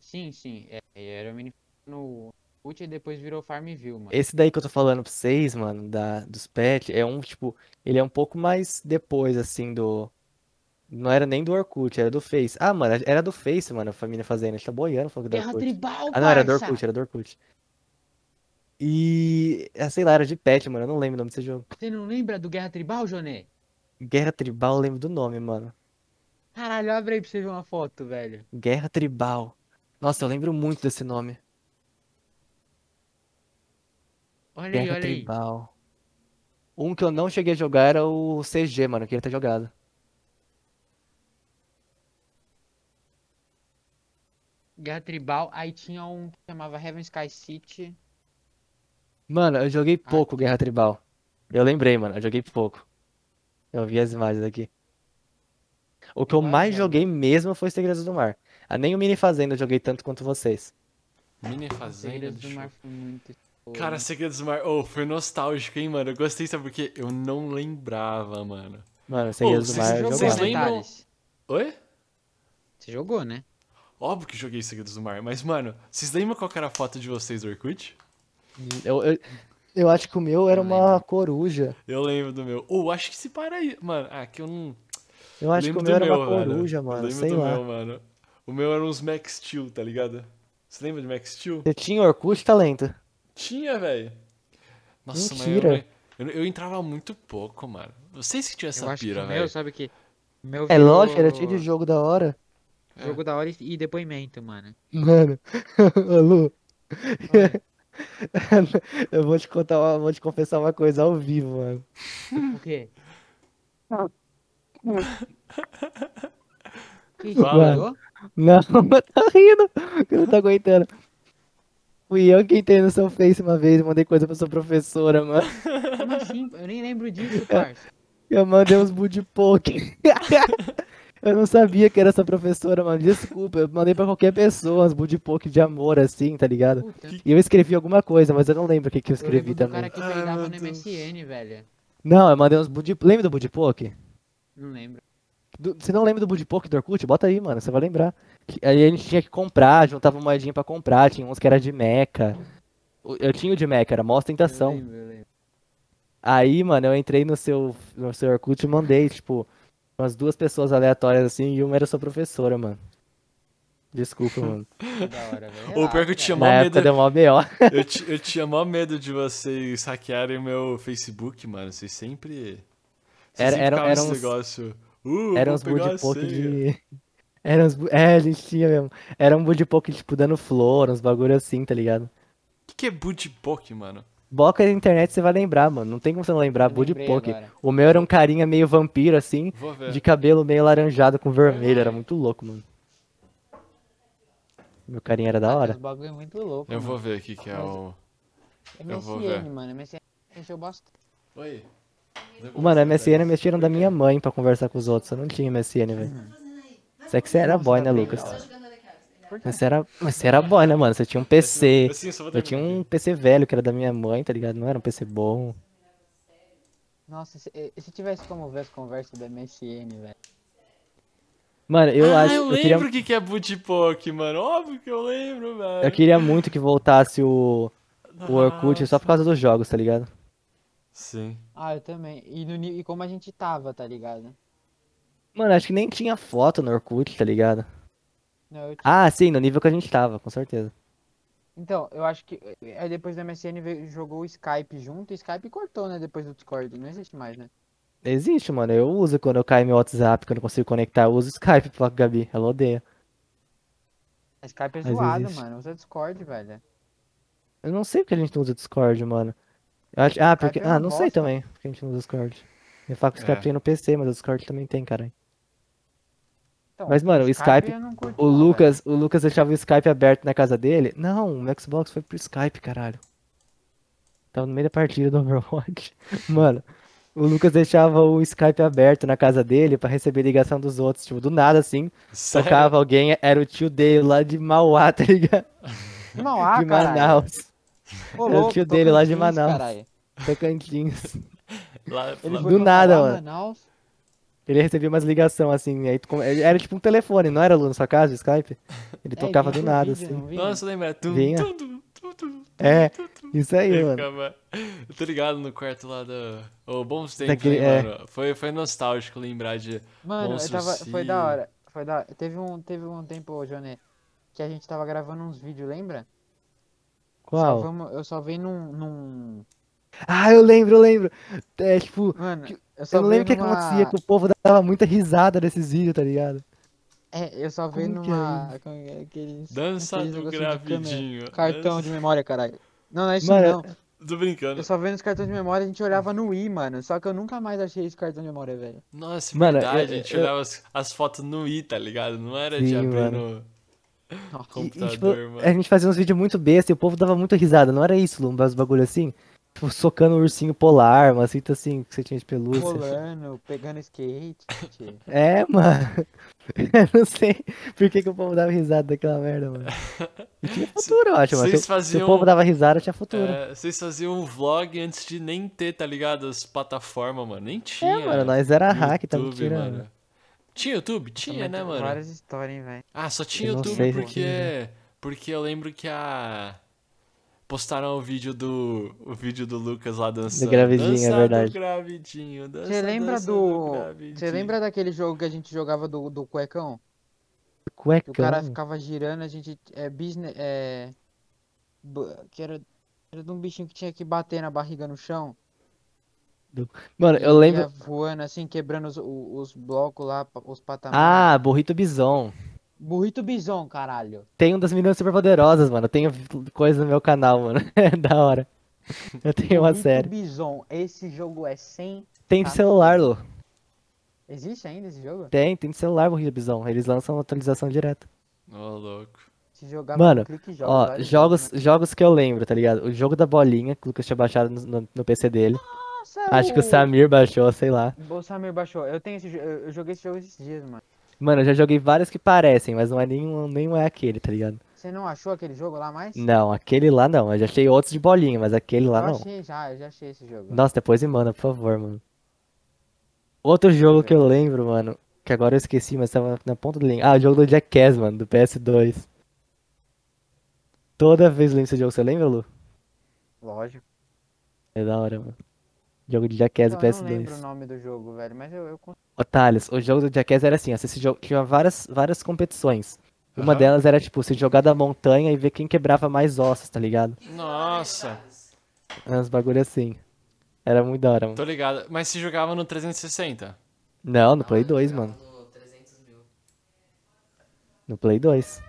[SPEAKER 3] Sim, sim. é, era o Mini no Ult e depois virou Farmville, mano.
[SPEAKER 1] Esse daí que eu tô falando pra vocês, mano, da, dos pets, é um, tipo, ele é um pouco mais depois, assim, do. Não era nem do Orkut, era do Face. Ah, mano, era do Face, mano, a família fazendo. A gente tá boiando falando que é do
[SPEAKER 3] Guerra
[SPEAKER 1] Orkut.
[SPEAKER 3] Tribal,
[SPEAKER 1] Ah, não, era do
[SPEAKER 3] parça!
[SPEAKER 1] Orkut, era do Orkut. E. ah, Sei lá, era de pet, mano, eu não lembro o nome desse jogo.
[SPEAKER 3] Você não lembra do Guerra Tribal, Jonê?
[SPEAKER 1] Guerra Tribal, eu lembro do nome, mano.
[SPEAKER 3] Caralho, abre aí pra você ver uma foto, velho.
[SPEAKER 1] Guerra Tribal. Nossa, eu lembro muito desse nome.
[SPEAKER 3] Olha aí,
[SPEAKER 1] Guerra
[SPEAKER 3] olha aí.
[SPEAKER 1] Tribal. Um que eu não cheguei a jogar era o CG, mano, que ele tá jogado.
[SPEAKER 3] Guerra Tribal, aí tinha um que chamava Heaven Sky City.
[SPEAKER 1] Mano, eu joguei
[SPEAKER 3] Ah,
[SPEAKER 1] pouco Guerra Tribal. Eu lembrei, mano, eu joguei pouco. Eu vi as imagens aqui. O que eu
[SPEAKER 3] Vai,
[SPEAKER 1] mais
[SPEAKER 3] joga.
[SPEAKER 1] joguei mesmo foi Segredos do Mar. Ah, nem o Mini Fazenda eu joguei tanto quanto vocês.
[SPEAKER 2] Mini Fazenda.
[SPEAKER 3] Segredos do
[SPEAKER 2] deixa eu-
[SPEAKER 3] Mar foi muito. foda.
[SPEAKER 2] Cara, Segredos do Mar. Oh, foi nostálgico, hein, mano. Eu gostei, sabe por quê? Eu não lembrava, mano.
[SPEAKER 1] Mano, Segredos do
[SPEAKER 2] vocês
[SPEAKER 1] Mar eu
[SPEAKER 2] jogam-
[SPEAKER 3] jogou,
[SPEAKER 2] vocês
[SPEAKER 1] jogava.
[SPEAKER 3] né,
[SPEAKER 2] lembram-
[SPEAKER 3] Thales?
[SPEAKER 2] Oi?
[SPEAKER 3] Você jogou, né?
[SPEAKER 2] Óbvio que joguei Segredos do Mar, mas, mano, vocês lembram qual que era a foto de vocês do Orkut?
[SPEAKER 1] Eu, eu, eu acho que o meu era
[SPEAKER 3] Eu
[SPEAKER 1] uma coruja.
[SPEAKER 2] Eu lembro do meu. Ou acho que se para aí. Mano, ah, que eu não.
[SPEAKER 1] Eu acho que
[SPEAKER 2] lembro
[SPEAKER 1] o meu
[SPEAKER 2] do
[SPEAKER 1] era uma
[SPEAKER 2] meu, velho.
[SPEAKER 1] coruja,
[SPEAKER 2] Eu
[SPEAKER 1] mano,
[SPEAKER 2] lembro
[SPEAKER 1] sei
[SPEAKER 2] do
[SPEAKER 1] lá.
[SPEAKER 2] meu, mano. O meu era uns Max Steel, tá ligado? Você lembra de Max Steel?
[SPEAKER 1] Você tinha Orkut Talento?
[SPEAKER 2] Tinha, velho. Nossa,
[SPEAKER 1] Mentira.
[SPEAKER 2] mano. Eu, eu entrava muito pouco, mano. Vocês que tinham
[SPEAKER 3] eu
[SPEAKER 2] essa
[SPEAKER 3] acho que
[SPEAKER 2] pira,
[SPEAKER 3] o meu,
[SPEAKER 2] velho.
[SPEAKER 3] sabe o que? O Meu
[SPEAKER 1] É lógico, era cheio
[SPEAKER 3] virou
[SPEAKER 1] de jogo da hora.
[SPEAKER 3] É. Jogo da hora e- e depoimento, mano.
[SPEAKER 1] Mano, ô Lu, eu vou te contar, uma- vou te confessar uma coisa ao vivo, mano.
[SPEAKER 3] O quê? Que
[SPEAKER 2] Fala.
[SPEAKER 3] jogou?
[SPEAKER 1] Não, tá rindo, que eu não tô aguentando. Fui eu que entrei no seu Face uma vez, mandei coisa pra sua professora, mano.
[SPEAKER 3] Como assim? Eu nem lembro
[SPEAKER 1] É.
[SPEAKER 3] disso, parça.
[SPEAKER 1] Eu mandei uns booty poke. Eu não sabia que era sua professora, mano. Desculpa, eu mandei pra qualquer pessoa uns booty poke de amor, assim, tá ligado?
[SPEAKER 3] Puta,
[SPEAKER 2] Que-
[SPEAKER 1] E eu escrevi alguma coisa, mas eu não lembro o que, que eu
[SPEAKER 3] eu lembro
[SPEAKER 1] escrevi
[SPEAKER 3] do
[SPEAKER 1] também.
[SPEAKER 3] cara que
[SPEAKER 2] Ai,
[SPEAKER 3] peidava
[SPEAKER 2] meu
[SPEAKER 3] no
[SPEAKER 2] Deus.
[SPEAKER 3] MSN, velho.
[SPEAKER 1] Não, eu mandei uns booty... Lembra do booty poke?
[SPEAKER 3] Não lembro.
[SPEAKER 1] Do- Você não lembra do booty poke do Orkut? Bota aí, mano, você vai lembrar. Que- Aí a gente tinha que comprar, juntava moedinha pra comprar, tinha uns que era de meca. O- Eu tinha o de meca, era mó
[SPEAKER 3] Eu
[SPEAKER 1] tentação.
[SPEAKER 3] lembro, eu lembro.
[SPEAKER 1] Aí, mano, eu entrei no seu, no seu Orkut e mandei, tipo, umas duas pessoas aleatórias assim, e uma era sua professora, mano. Desculpa, mano.
[SPEAKER 3] Que da hora, velho. É
[SPEAKER 2] Ou pior que eu
[SPEAKER 3] Relaxa,
[SPEAKER 1] Na
[SPEAKER 2] tinha
[SPEAKER 3] cara.
[SPEAKER 2] mó
[SPEAKER 1] época
[SPEAKER 2] medo.
[SPEAKER 1] deu mó B.O.
[SPEAKER 2] Eu, ti- eu tinha maior medo de vocês hackearem meu Facebook, mano. Vocês sempre.
[SPEAKER 1] Era-
[SPEAKER 2] Vocês sempre
[SPEAKER 1] era-
[SPEAKER 2] ficavam
[SPEAKER 1] eram
[SPEAKER 2] nesse
[SPEAKER 1] uns-
[SPEAKER 2] negócio. Uh,
[SPEAKER 1] Era
[SPEAKER 2] vou
[SPEAKER 1] uns
[SPEAKER 2] pegar a
[SPEAKER 1] budipoke
[SPEAKER 2] senha.
[SPEAKER 1] de. Era uns. bu- É, a gente tinha mesmo. Era um budipoke, tipo, dando flor, uns bagulho assim, tá ligado?
[SPEAKER 2] O que, que é budipoke, mano?
[SPEAKER 1] Boca da internet você vai lembrar, mano. Não tem como você não lembrar,
[SPEAKER 3] Eu lembrei
[SPEAKER 1] budipoke.
[SPEAKER 3] agora.
[SPEAKER 1] O meu era um carinha meio vampiro, assim,
[SPEAKER 2] Vou ver.
[SPEAKER 1] de cabelo meio laranjado com vermelho.
[SPEAKER 3] É.
[SPEAKER 1] Era muito louco, mano. Meu carinha era da
[SPEAKER 3] Ah,
[SPEAKER 1] hora.
[SPEAKER 3] Os bagulho é muito louco.
[SPEAKER 2] Eu
[SPEAKER 3] mano.
[SPEAKER 2] vou ver o que, que é o.
[SPEAKER 3] MSN,
[SPEAKER 2] eu vou ver.
[SPEAKER 3] mano. MSN mexeu bastante.
[SPEAKER 2] Oi.
[SPEAKER 1] Mano, MSN mexeram da minha mãe pra conversar com os outros. Eu não tinha MSN, velho. Você é que você era boy, né, Lucas? Mas você era, mas você era boy, né, mano? Você tinha um PC.
[SPEAKER 2] Assim, só vou
[SPEAKER 1] Eu tinha
[SPEAKER 2] terminar
[SPEAKER 1] um PC velho que era da minha mãe, tá ligado? Não era um PC bom.
[SPEAKER 3] Nossa, se, eh, se tivesse como ver as conversas da MSN, velho.
[SPEAKER 1] Mano,
[SPEAKER 2] aqui.
[SPEAKER 1] eu
[SPEAKER 2] ah,
[SPEAKER 1] acho.
[SPEAKER 2] eu
[SPEAKER 1] Eu queria,
[SPEAKER 2] lembro o que, que é budipoke, mano. Óbvio que eu lembro, velho. Ah.
[SPEAKER 1] eu queria muito É que voltasse o, o Orkut só por causa dos jogos, tá ligado?
[SPEAKER 2] Sim.
[SPEAKER 3] Ah, eu também. E, no ni- e como a gente tava, tá ligado?
[SPEAKER 1] Mano, acho que nem tinha foto no Orkut, tá ligado?
[SPEAKER 3] Não, eu tinha-
[SPEAKER 1] Ah, sim, no nível que a gente tava, com certeza.
[SPEAKER 3] Então, eu acho que. Aí depois da MSN veio- jogou o Skype junto, e Skype cortou, né? Depois do Discord. Não existe mais, né?
[SPEAKER 1] Existe, mano. Eu uso quando eu caio meu WhatsApp, quando eu consigo conectar, eu uso Skype pra Gabi. Ela odeia.
[SPEAKER 3] A Skype é
[SPEAKER 1] Mas
[SPEAKER 3] zoada,
[SPEAKER 1] existe.
[SPEAKER 3] mano. Usa Discord, velho.
[SPEAKER 1] Eu não sei porque a gente não usa Discord, mano. Eu acho- Ah, porque.
[SPEAKER 3] Skype é uma
[SPEAKER 1] Ah, não sei
[SPEAKER 3] bosta.
[SPEAKER 1] também porque a gente não usa Discord. Eu falo que o Skype
[SPEAKER 2] É.
[SPEAKER 1] tem no PC, mas o Discord também tem, cara.
[SPEAKER 3] Então,
[SPEAKER 1] Mas, mano, o Skype-
[SPEAKER 3] eu não curto,
[SPEAKER 1] O
[SPEAKER 3] não,
[SPEAKER 1] Lucas, o Lucas deixava o Skype aberto na casa dele? Não, o Xbox foi pro Skype, caralho. Tava no meio da partida do Overwatch. Mano, o Lucas deixava o Skype aberto na casa dele pra receber ligação dos outros. Tipo, do nada assim,
[SPEAKER 2] Sério?
[SPEAKER 1] tocava alguém, era o tio dele lá de Mauá, tá ligado?
[SPEAKER 3] velho. Mauá,
[SPEAKER 1] de
[SPEAKER 3] Ah, caralho.
[SPEAKER 1] Manaus.
[SPEAKER 3] Ô,
[SPEAKER 1] Era o
[SPEAKER 3] louco,
[SPEAKER 1] tio dele lá de
[SPEAKER 3] Tocantins,
[SPEAKER 1] Manaus.
[SPEAKER 3] caralho.
[SPEAKER 1] Tocantins.
[SPEAKER 2] Lá-
[SPEAKER 3] Ele
[SPEAKER 2] lá-
[SPEAKER 3] foi
[SPEAKER 1] Do
[SPEAKER 3] pra
[SPEAKER 1] nada,
[SPEAKER 3] Mauá,
[SPEAKER 1] mano.
[SPEAKER 3] Manaus.
[SPEAKER 1] Ele recebia umas ligações assim, aí tu com- ele era tipo um telefone, não era na sua casa, o Skype? Ele
[SPEAKER 3] É,
[SPEAKER 1] tocava do
[SPEAKER 3] vinha um
[SPEAKER 1] nada,
[SPEAKER 3] vídeo,
[SPEAKER 1] assim.
[SPEAKER 3] não vinha?
[SPEAKER 2] Nossa, lembra? Tum,
[SPEAKER 1] Vinha.
[SPEAKER 2] tum, tum, tum, tum.
[SPEAKER 1] É, isso aí,
[SPEAKER 2] Eu
[SPEAKER 1] mano.
[SPEAKER 2] ficava- Eu tô ligado no quarto lá da. Ô, bons tempos,
[SPEAKER 1] Daquele-
[SPEAKER 2] hein,
[SPEAKER 1] é.
[SPEAKER 2] mano? Foi, foi nostálgico lembrar de.
[SPEAKER 3] Mano, eu
[SPEAKER 2] Monstro
[SPEAKER 3] tava. Foi da
[SPEAKER 2] Sim.
[SPEAKER 3] hora. Foi da hora. Teve um, teve um tempo, ô, Joné, que a gente tava gravando uns vídeos, lembra?
[SPEAKER 1] Qual?
[SPEAKER 3] Salvamos- eu salvei num. num...
[SPEAKER 1] Ah, eu lembro, eu lembro. É, tipo,
[SPEAKER 3] Mano,
[SPEAKER 1] Que-
[SPEAKER 3] eu
[SPEAKER 1] eu não
[SPEAKER 3] salvei
[SPEAKER 1] lembro o que que
[SPEAKER 3] numa...
[SPEAKER 1] acontecia, que o povo dava muita risada nesses vídeos, tá ligado?
[SPEAKER 3] É, eu salvei
[SPEAKER 1] Como que é
[SPEAKER 3] numa. como é Aqueles,
[SPEAKER 2] Dança
[SPEAKER 3] aqueles
[SPEAKER 2] do
[SPEAKER 3] negocinho de câmera.
[SPEAKER 2] gravidinho.
[SPEAKER 3] Cartão de memória, caralho. Não, não é isso
[SPEAKER 1] Mano,
[SPEAKER 3] não.
[SPEAKER 2] Dança- Tô brincando.
[SPEAKER 3] Eu só vendo os cartões de memória, a gente olhava no Wii, mano. Só que eu nunca mais achei esse cartão de memória, velho.
[SPEAKER 2] Nossa, é
[SPEAKER 1] Mano,
[SPEAKER 2] verdade,
[SPEAKER 1] eu-
[SPEAKER 2] a gente
[SPEAKER 1] eu-
[SPEAKER 2] olhava as, as fotos no i, tá ligado? Não era de
[SPEAKER 1] Sim,
[SPEAKER 2] abrir
[SPEAKER 1] mano.
[SPEAKER 2] no
[SPEAKER 3] Nossa.
[SPEAKER 1] E- e,
[SPEAKER 2] computador,
[SPEAKER 1] tipo,
[SPEAKER 2] mano.
[SPEAKER 1] a gente fazia uns vídeos muito besta e o povo dava muita risada, não era isso, Lumba, os bagulho assim? Tipo, socando um ursinho polar, uma cinta assim, que você tinha de pelúcia.
[SPEAKER 3] Rolando, pegando skate.
[SPEAKER 1] É, mano. Eu não sei por que, que o povo dava risada daquela merda, mano. E tinha futuro, eu acho, mano. Se,
[SPEAKER 2] Vocês
[SPEAKER 1] o- se
[SPEAKER 2] faziam-
[SPEAKER 1] o povo dava risada, tinha futuro.
[SPEAKER 2] É, vocês faziam um vlog antes de nem ter, tá ligado? As plataformas, mano. Nem
[SPEAKER 1] É,
[SPEAKER 2] tinha. né?
[SPEAKER 1] mano, nós era hack, tá
[SPEAKER 2] YouTube,
[SPEAKER 1] tirando.
[SPEAKER 2] mano. Tinha YouTube? Tinha,
[SPEAKER 3] Também
[SPEAKER 2] né,
[SPEAKER 3] tem
[SPEAKER 2] mano?
[SPEAKER 3] Várias histórias, hein, velho.
[SPEAKER 2] Ah, só tinha
[SPEAKER 1] Eu não
[SPEAKER 2] YouTube
[SPEAKER 1] sei se
[SPEAKER 2] porque.
[SPEAKER 1] tinha.
[SPEAKER 2] Porque eu lembro que a. Postaram o vídeo do. O vídeo do Lucas lá dançando.
[SPEAKER 1] gravidinho, é
[SPEAKER 2] dança
[SPEAKER 1] verdade.
[SPEAKER 2] Do gravidinho, dança,
[SPEAKER 3] Você lembra
[SPEAKER 2] dança
[SPEAKER 3] do. Você
[SPEAKER 2] gravidinho.
[SPEAKER 3] lembra daquele jogo que a gente jogava do, do cuecão? Que
[SPEAKER 1] Cuecão.
[SPEAKER 3] o cara ficava girando, a gente. É business. É. bu- Que era. Era de um bichinho que tinha que bater na barriga no chão.
[SPEAKER 1] Mano,
[SPEAKER 3] e
[SPEAKER 1] eu
[SPEAKER 3] ele
[SPEAKER 1] lembro.
[SPEAKER 3] ia voando assim, quebrando os, o- os blocos lá, pa- os patamares.
[SPEAKER 1] Ah, Burrito Bison.
[SPEAKER 3] Burrito Bison, caralho.
[SPEAKER 1] Tem um das meninas superpoderosas, mano. Eu tenho vi- coisa no meu canal, mano. É da hora. Eu tenho uma
[SPEAKER 3] Burrito
[SPEAKER 1] série.
[SPEAKER 3] Bison, esse jogo é sem.
[SPEAKER 1] Tem de celular, Lu.
[SPEAKER 3] Existe ainda esse jogo?
[SPEAKER 1] Tem, tem de celular, Burrito Bison. Eles lançam atualização direto.
[SPEAKER 2] Ô, louco.
[SPEAKER 3] Se jogar
[SPEAKER 1] Mano,
[SPEAKER 3] com clique e joga,
[SPEAKER 1] Ó,
[SPEAKER 3] vários
[SPEAKER 1] jogos,
[SPEAKER 3] né?
[SPEAKER 1] jogos que eu lembro, tá ligado? O jogo da bolinha, que o Lucas tinha baixado no, no- no PC dele.
[SPEAKER 3] Nossa,
[SPEAKER 1] Acho que o Samir baixou, sei lá.
[SPEAKER 3] O Samir baixou. Eu tenho esse jo- eu, eu joguei esse jogo esses dias, mano.
[SPEAKER 1] Mano, eu já joguei vários que parecem, mas não é nenhum, nenhum é aquele, tá ligado?
[SPEAKER 3] Você não achou aquele jogo lá mais?
[SPEAKER 1] Não, aquele lá não. Eu já achei outros de bolinha, mas aquele lá
[SPEAKER 3] eu
[SPEAKER 1] não.
[SPEAKER 3] achei já, eu já achei esse jogo.
[SPEAKER 1] Nossa, depois me manda, por favor, mano. Outro jogo que eu lembro, mano, que agora eu esqueci, mas tava na ponta do língua. Ah, o jogo do Jackass, mano, do PS2. Toda vez eu lembro desse jogo, você lembra, Lu?
[SPEAKER 3] Lógico.
[SPEAKER 1] É da hora, mano. Jogo de Jackass do
[SPEAKER 3] Então, eu não lembro o
[SPEAKER 1] PS2.
[SPEAKER 3] nome do jogo, velho, mas eu, eu consigo.
[SPEAKER 1] Ô, Thales, o jogo do Jackass era assim, ó, você se jo- tinha várias, várias competições. Uma
[SPEAKER 2] Aham.
[SPEAKER 1] delas era, tipo, se jogar da montanha e ver quem quebrava mais ossos, tá ligado?
[SPEAKER 2] Nossa.
[SPEAKER 1] Uns bagulho assim. Era muito da hora, mano.
[SPEAKER 2] Tô ligado. Mas se jogava no 360.
[SPEAKER 1] Não, no Play 2, mano. No Play 2.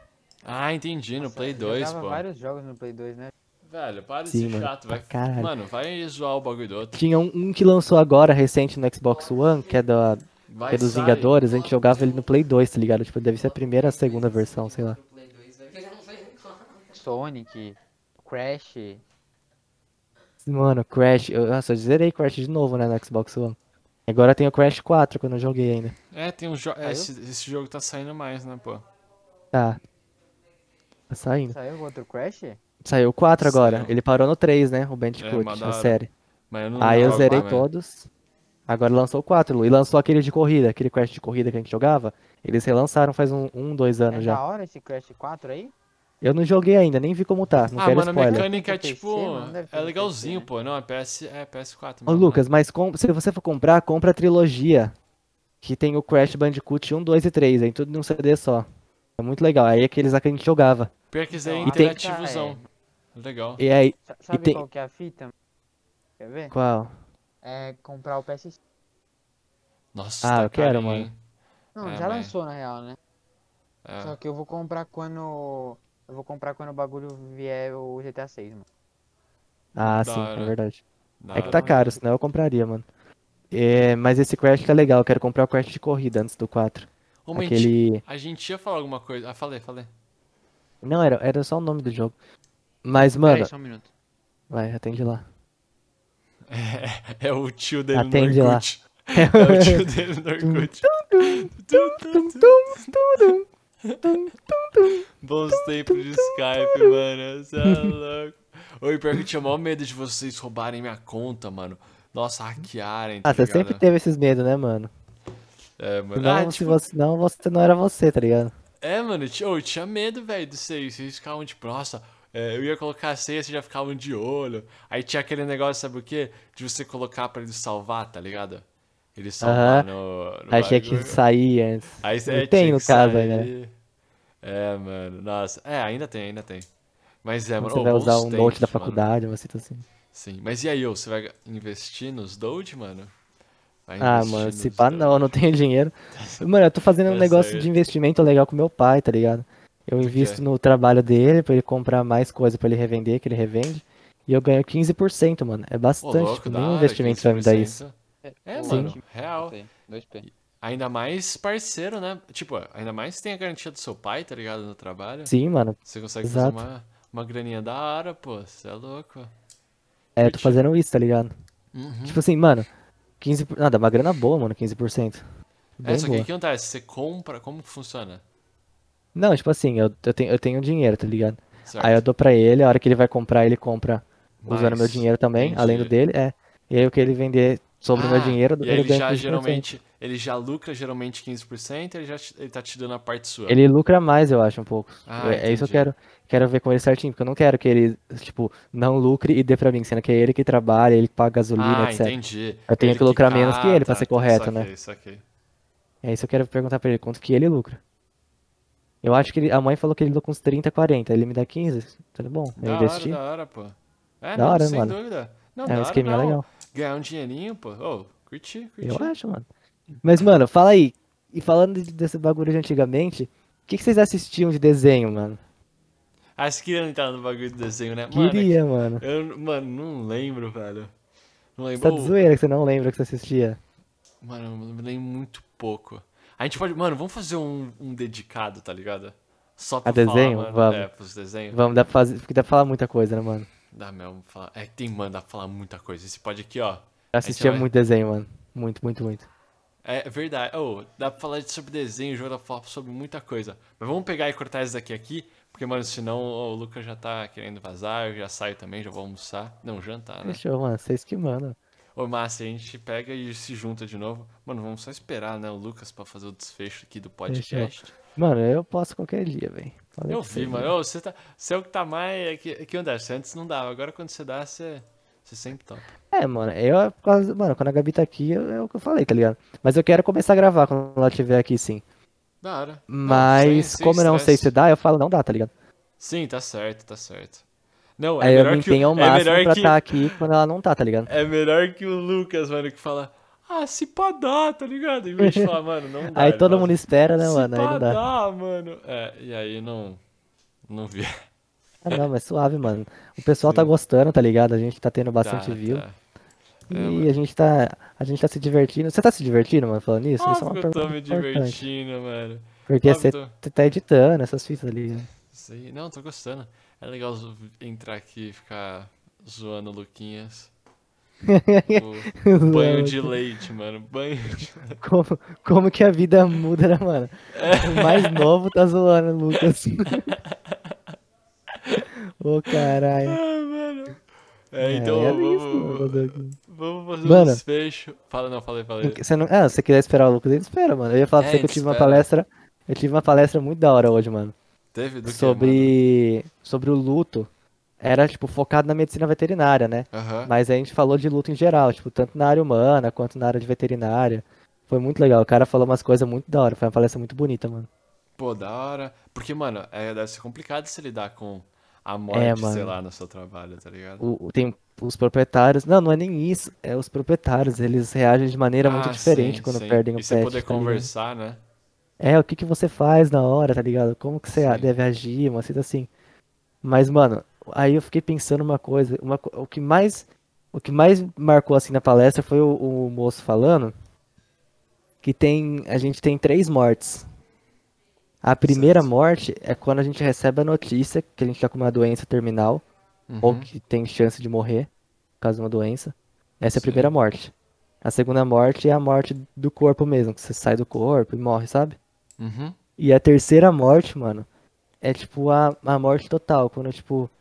[SPEAKER 2] Ah, entendi. No Play 2,
[SPEAKER 3] jogava
[SPEAKER 2] pô.
[SPEAKER 3] vários jogos no Play 2, né?
[SPEAKER 2] Velho, para de
[SPEAKER 1] Sim,
[SPEAKER 2] ser
[SPEAKER 1] mano,
[SPEAKER 2] chato.
[SPEAKER 1] pra
[SPEAKER 2] Vai...
[SPEAKER 1] caralho.
[SPEAKER 2] Mano, vai zoar o bagulho do outro.
[SPEAKER 1] Tinha um, um que lançou agora, recente, no Xbox One, que é, da, que
[SPEAKER 2] Vai,
[SPEAKER 1] é dos
[SPEAKER 2] sai.
[SPEAKER 1] Vingadores. A gente jogava ele no Play 2, tá ligado? Tipo, deve ser a primeira ou a segunda versão, sei lá.
[SPEAKER 3] Sonic, Crash.
[SPEAKER 1] Mano, Crash. Eu, nossa, eu zerei Crash de novo, né, no Xbox One. Agora tem o Crash 4, que eu não joguei ainda.
[SPEAKER 2] É, tem um jogo.
[SPEAKER 3] Saiu?
[SPEAKER 2] Esse, esse jogo tá saindo mais, né, pô?
[SPEAKER 1] Tá. Tá saindo.
[SPEAKER 3] Saiu outro Crash?
[SPEAKER 1] Saiu o 4 agora.
[SPEAKER 2] Saiu.
[SPEAKER 1] Ele parou no 3, né? O
[SPEAKER 2] É, mó
[SPEAKER 1] Bandicoot,
[SPEAKER 2] da
[SPEAKER 1] a
[SPEAKER 2] hora.
[SPEAKER 1] série.
[SPEAKER 2] Mas eu não
[SPEAKER 1] Aí eu
[SPEAKER 2] jogo
[SPEAKER 1] zerei
[SPEAKER 2] mais, né? velho.
[SPEAKER 1] todos. Agora lançou o 4, Lu. E lançou aquele de corrida, aquele Crash de corrida que a gente jogava. Eles relançaram faz um, um dois
[SPEAKER 3] É
[SPEAKER 1] anos já.
[SPEAKER 3] da hora esse Crash 4 aí?
[SPEAKER 1] Eu não joguei ainda, nem vi como tá. Não
[SPEAKER 2] Ah,
[SPEAKER 1] quero
[SPEAKER 2] mano, a
[SPEAKER 1] spoiler.
[SPEAKER 2] mecânica é
[SPEAKER 3] Pro PC,
[SPEAKER 2] tipo.
[SPEAKER 3] mano, deve ter
[SPEAKER 2] é
[SPEAKER 3] no
[SPEAKER 2] legalzinho,
[SPEAKER 3] PC, né?
[SPEAKER 2] pô. Não, é, PS, é PS4.
[SPEAKER 1] Ô,
[SPEAKER 2] mesmo,
[SPEAKER 1] Lucas, mas com- se você for comprar, compra um, a trilogia. Que tem o Crash Bandicoot 1, 2 e 3. Aí tudo num CD só. É É muito legal. Aí aqueles lá que a gente jogava.
[SPEAKER 2] Pior que isso aí é
[SPEAKER 1] E tem-
[SPEAKER 2] interativozão. Legal.
[SPEAKER 1] E aí,
[SPEAKER 5] Sa- Sabe
[SPEAKER 1] tem-
[SPEAKER 5] qual que é a fita? Quer ver?
[SPEAKER 1] qual?
[SPEAKER 5] É comprar o PS5.
[SPEAKER 2] Nossa,
[SPEAKER 1] Ah,
[SPEAKER 2] tá
[SPEAKER 1] eu quero,
[SPEAKER 2] carinho, hein?
[SPEAKER 5] Não,
[SPEAKER 2] É,
[SPEAKER 5] já
[SPEAKER 2] mas-
[SPEAKER 5] lançou na real, né?
[SPEAKER 2] É.
[SPEAKER 3] Tá.
[SPEAKER 5] Só que eu vou comprar quando. Eu vou comprar quando o bagulho vier o GTA 6, mano.
[SPEAKER 1] Ah,
[SPEAKER 2] Da
[SPEAKER 1] sim,
[SPEAKER 2] hora.
[SPEAKER 1] é verdade.
[SPEAKER 2] Da
[SPEAKER 1] É que
[SPEAKER 2] hora.
[SPEAKER 1] tá caro, senão eu compraria, mano. É, mas esse Crash tá legal. Eu quero comprar o Crash de corrida antes do 4.
[SPEAKER 2] Ô, mas
[SPEAKER 1] Aquele.
[SPEAKER 2] A gente ia falar alguma coisa. Ah, falei, falei.
[SPEAKER 1] Não, era, era só o nome do jogo. Mas, mano,
[SPEAKER 3] Peraí, só um minuto.
[SPEAKER 1] vai, atende lá.
[SPEAKER 2] É o tio dele
[SPEAKER 1] Atende
[SPEAKER 2] no
[SPEAKER 1] lá.
[SPEAKER 2] Orkut. É o tio dele no Orkut. Tum, tum, tum, tum. Bons tempos de Skype, mano. Você é louco. Oi, pior que eu tinha o maior medo de vocês roubarem minha conta, mano. Nossa, hackearem, tá
[SPEAKER 1] Ah, você
[SPEAKER 2] ligado?
[SPEAKER 1] sempre teve esses medos, né, mano?
[SPEAKER 2] É, mano.
[SPEAKER 1] Senão,
[SPEAKER 2] Ah,
[SPEAKER 1] se
[SPEAKER 2] tipo,
[SPEAKER 1] você, não, você não era você, tá ligado?
[SPEAKER 2] É, mano, eu ti- eu tinha medo, velho, disso aí. Vocês ficavam tipo, nossa, é, eu ia colocar a senha, vocês já ficavam de olho. Aí tinha aquele negócio, sabe o quê? De você colocar pra ele salvar, tá ligado? Ele salvar no, no.
[SPEAKER 1] Aí tinha que
[SPEAKER 2] bagulho.
[SPEAKER 1] sair antes.
[SPEAKER 2] Aí cê-
[SPEAKER 1] Não
[SPEAKER 2] é, tinha
[SPEAKER 1] tem,
[SPEAKER 2] que
[SPEAKER 1] no caso, aí, né?
[SPEAKER 2] sair. É, mano, nossa. É, ainda tem, ainda tem. Mas é, mano,
[SPEAKER 1] Você
[SPEAKER 2] ô,
[SPEAKER 1] vai
[SPEAKER 2] bons
[SPEAKER 1] usar um note da
[SPEAKER 2] tempos, mano. Tá
[SPEAKER 1] faculdade, uma cita assim.
[SPEAKER 2] Sim, mas e aí, ô, você vai investir nos Doge, mano? Vai
[SPEAKER 1] Ah,
[SPEAKER 2] investir
[SPEAKER 1] mano, se
[SPEAKER 2] nos
[SPEAKER 1] pá
[SPEAKER 2] Doge?
[SPEAKER 1] não, eu não tenho dinheiro. Mano, eu tô fazendo um
[SPEAKER 2] Tá
[SPEAKER 1] negócio
[SPEAKER 2] certo.
[SPEAKER 1] de investimento legal com meu pai, tá ligado? Eu invisto no trabalho dele pra ele comprar mais coisa pra ele revender, que ele revende. E eu ganho 15%, mano. É
[SPEAKER 2] Ô,
[SPEAKER 1] bastante,
[SPEAKER 2] louco,
[SPEAKER 1] tipo,
[SPEAKER 2] da
[SPEAKER 1] nenhum
[SPEAKER 2] hora,
[SPEAKER 1] investimento vai me dar
[SPEAKER 2] 15%.
[SPEAKER 1] isso.
[SPEAKER 2] É,
[SPEAKER 3] Sim.
[SPEAKER 2] mano, real.
[SPEAKER 3] Isso aí, 2P.
[SPEAKER 2] Ainda mais parceiro, né? Tipo, ainda mais tem a garantia do seu pai, tá ligado? No trabalho.
[SPEAKER 1] Sim, mano.
[SPEAKER 2] Você consegue
[SPEAKER 1] Exato.
[SPEAKER 2] fazer uma, uma graninha da hora, pô. Você é louco.
[SPEAKER 1] É, eu tô
[SPEAKER 2] Curti.
[SPEAKER 1] fazendo isso, tá ligado?
[SPEAKER 2] Uhum.
[SPEAKER 1] Tipo assim, mano, 15%. por- Ah, dá uma grana boa, mano, 15%.
[SPEAKER 2] É,
[SPEAKER 1] Bem
[SPEAKER 2] só que o
[SPEAKER 1] boa.
[SPEAKER 2] que acontece? Você compra. Como que funciona?
[SPEAKER 1] Não, tipo assim, eu, eu, tenho, eu tenho dinheiro, tá ligado?
[SPEAKER 2] Certo.
[SPEAKER 1] Aí eu dou pra ele, a hora que ele vai comprar, ele compra usando meu
[SPEAKER 2] Mas-
[SPEAKER 1] dinheiro também, além do dele, é. E aí o que ele vender sobre o meu
[SPEAKER 2] Ah,
[SPEAKER 1] dinheiro,
[SPEAKER 2] E aí
[SPEAKER 1] ele
[SPEAKER 2] ele
[SPEAKER 1] ganha
[SPEAKER 2] já
[SPEAKER 1] 15%.
[SPEAKER 2] geralmente. Ele já lucra geralmente 15%, ele já te- ele tá te dando a parte sua.
[SPEAKER 1] Ele lucra mais, eu acho, um pouco.
[SPEAKER 2] Ah,
[SPEAKER 1] é é isso que eu
[SPEAKER 2] entendi.
[SPEAKER 1] quero, quero ver com ele certinho, porque eu não quero que ele, tipo, não lucre e dê pra mim, sendo que é ele que trabalha, ele que paga gasolina,
[SPEAKER 2] Ah,
[SPEAKER 1] etc.
[SPEAKER 2] entendi.
[SPEAKER 1] Eu tenho
[SPEAKER 2] Ele
[SPEAKER 1] que lucrar menos que ele pra
[SPEAKER 2] cata.
[SPEAKER 1] ser correto, né?
[SPEAKER 2] Saquei, saquei.
[SPEAKER 1] É isso que eu quero perguntar pra ele, quanto que ele lucra. Eu acho que ele- a mãe falou que ele lucra uns 30, 40, ele me dá 15, tá bom, eu
[SPEAKER 2] Da hora,
[SPEAKER 1] investi.
[SPEAKER 2] da hora, pô. É,
[SPEAKER 1] Da
[SPEAKER 2] não,
[SPEAKER 1] hora,
[SPEAKER 2] sem
[SPEAKER 1] mano.
[SPEAKER 2] dúvida. Não,
[SPEAKER 1] é
[SPEAKER 2] da
[SPEAKER 1] um
[SPEAKER 2] hora
[SPEAKER 1] esqueminha
[SPEAKER 2] não.
[SPEAKER 1] legal,
[SPEAKER 2] Ganhar um dinheirinho, pô. Ô, curti, curti.
[SPEAKER 1] eu acho, mano. Mas, mano, fala aí, e falando de- desse bagulho de antigamente, o que, que vocês assistiam de desenho, mano?
[SPEAKER 2] Acho que ia Ah, entrar no bagulho do desenho, né? Mano,
[SPEAKER 1] Queria, mano.
[SPEAKER 2] eu, mano, não lembro, velho. Não
[SPEAKER 1] Você tá
[SPEAKER 2] lembro.
[SPEAKER 1] de zoeira que você não lembra que você assistia.
[SPEAKER 2] Mano, eu lembro muito pouco. A gente pode. Mano, vamos fazer um, um dedicado, tá ligado? Só pra falar,
[SPEAKER 1] desenho?
[SPEAKER 2] mano.
[SPEAKER 1] Vamos.
[SPEAKER 2] É, pros desenhos.
[SPEAKER 1] Vamos, dá pra fazer, porque dá pra falar muita coisa, né, mano?
[SPEAKER 2] Dá mesmo pra falar. É que tem, mano, dá pra falar muita coisa. Esse pode aqui, ó.
[SPEAKER 1] Eu
[SPEAKER 2] você
[SPEAKER 1] assistia
[SPEAKER 2] vai-
[SPEAKER 1] muito desenho, mano. Muito, muito, muito.
[SPEAKER 2] É verdade. Oh, dá pra falar de- sobre desenho, jogo, dá pra falar sobre muita coisa. Mas vamos pegar e cortar esse daqui aqui, porque, mano, senão ô, o Lucas já tá querendo vazar, eu já saio também, já vou almoçar. Não, jantar, né?
[SPEAKER 1] Fechou, mano. Vocês que mandam.
[SPEAKER 2] Ô, Márcia, a gente pega e se junta de novo. Mano, vamos só esperar, né, o Lucas pra fazer o desfecho aqui do podcast.
[SPEAKER 1] Mano, eu posso qualquer dia, velho. Falei
[SPEAKER 2] Eu
[SPEAKER 1] pra vocês,
[SPEAKER 2] vi, mano. Ô, você, tá, você é o que tá mais. É que, é que André, você antes não dava, agora quando você dá, você, você sempre topa.
[SPEAKER 1] É, mano, eu, por causa- mano, quando a Gabi tá aqui, eu- é o que eu falei, tá ligado? Mas eu quero começar a gravar quando ela estiver aqui, sim.
[SPEAKER 2] Da hora. Não,
[SPEAKER 1] Mas,
[SPEAKER 2] sem- sem
[SPEAKER 1] como eu não sei
[SPEAKER 2] estresse.
[SPEAKER 1] se dá, eu falo, não dá, tá ligado?
[SPEAKER 2] Sim, tá certo, tá certo. Não, é
[SPEAKER 1] Aí eu
[SPEAKER 2] melhor
[SPEAKER 1] me
[SPEAKER 2] que o-
[SPEAKER 1] empenho ao
[SPEAKER 2] é
[SPEAKER 1] máximo
[SPEAKER 2] melhor
[SPEAKER 1] pra tá
[SPEAKER 2] que,
[SPEAKER 1] estar aqui quando ela não tá, tá ligado?
[SPEAKER 2] É melhor que o Lucas, mano, que fala, ah, se pá dá, tá ligado? Em vez de falar, mano, não dá.
[SPEAKER 1] Aí
[SPEAKER 2] ele
[SPEAKER 1] todo
[SPEAKER 2] fala,
[SPEAKER 1] mundo espera, né,
[SPEAKER 2] se
[SPEAKER 1] mano? Aí
[SPEAKER 2] pá
[SPEAKER 1] não dá.
[SPEAKER 2] dá, mano. É, e aí não. Não vi.
[SPEAKER 1] Ah, não, mas suave, mano. O pessoal tá gostando, tá ligado? A gente tá tendo bastante
[SPEAKER 2] Tá,
[SPEAKER 1] view.
[SPEAKER 2] tá. É,
[SPEAKER 1] E a gente tá, a gente tá se divertindo. Você tá se divertindo, mano, falando isso? Isso é uma
[SPEAKER 2] Óbvio que eu tô
[SPEAKER 1] pergunta
[SPEAKER 2] me
[SPEAKER 1] importante.
[SPEAKER 2] divertindo, mano.
[SPEAKER 1] Porque
[SPEAKER 2] Óbvio
[SPEAKER 1] você
[SPEAKER 2] que eu tô-
[SPEAKER 1] t- tá editando essas fitas ali. né?
[SPEAKER 2] Isso aí. Não, tô gostando. É legal zo- entrar aqui e ficar zoando o Luquinhas. O banho de leite, mano. Banho de
[SPEAKER 1] Como, como que a vida muda, né, mano? O mais novo tá zoando, o Lucas. Ô, caralho.
[SPEAKER 2] Ah, mano. É, então
[SPEAKER 1] era
[SPEAKER 2] vamos,
[SPEAKER 1] isso, mano, fazer o quê?
[SPEAKER 2] vamos fazer um
[SPEAKER 1] Mano.
[SPEAKER 2] desfecho. Fala, não, falei, falei.
[SPEAKER 1] Você não, ah, se você quiser esperar o Lucas, ele espera, mano. Eu ia falar
[SPEAKER 2] É,
[SPEAKER 1] pra você que
[SPEAKER 2] ele
[SPEAKER 1] eu tive uma
[SPEAKER 2] espera.
[SPEAKER 1] palestra. Eu tive uma palestra muito da hora hoje, mano.
[SPEAKER 2] Teve do quê, mano?
[SPEAKER 1] sobre sobre o luto. Era tipo focado na medicina veterinária, né?
[SPEAKER 2] Aham.
[SPEAKER 1] Mas a gente falou de luto em geral, tipo, tanto na área humana quanto na área de veterinária. Foi muito legal. O cara falou umas coisas muito da hora. Foi uma palestra muito bonita, mano.
[SPEAKER 2] pô, da hora. Porque, mano, é, deve ser complicado se lidar com a morte, sei
[SPEAKER 1] É, mano.
[SPEAKER 2] lá, no seu trabalho, tá ligado?
[SPEAKER 1] O- o- tem os proprietários. Não, não é nem isso. É os proprietários. Eles reagem de maneira é muito
[SPEAKER 2] Ah,
[SPEAKER 1] diferente
[SPEAKER 2] sim,
[SPEAKER 1] quando
[SPEAKER 2] sim.
[SPEAKER 1] perdem o
[SPEAKER 2] E você
[SPEAKER 1] pet,
[SPEAKER 2] poder
[SPEAKER 1] tá ligado?
[SPEAKER 2] conversar, né?
[SPEAKER 1] É, o que que você faz na hora, tá ligado? Como que você a-
[SPEAKER 2] Sim.
[SPEAKER 1] deve agir, uma coisa assim. Mas, mano, aí eu fiquei pensando uma coisa, uma, co- o que mais, o que mais marcou assim na palestra foi o, o moço falando que tem, a gente tem três mortes. A primeira
[SPEAKER 2] Certo.
[SPEAKER 1] morte é quando a gente recebe a notícia que a gente tá com uma doença terminal ou
[SPEAKER 2] Uhum.
[SPEAKER 1] que tem chance de morrer por causa de uma doença. Essa é a
[SPEAKER 2] Sim.
[SPEAKER 1] primeira morte. A segunda morte é a morte do corpo mesmo, que você sai do corpo e morre, sabe?
[SPEAKER 2] Uhum.
[SPEAKER 1] E a terceira morte, mano, é tipo a, a morte total. Quando, tipo,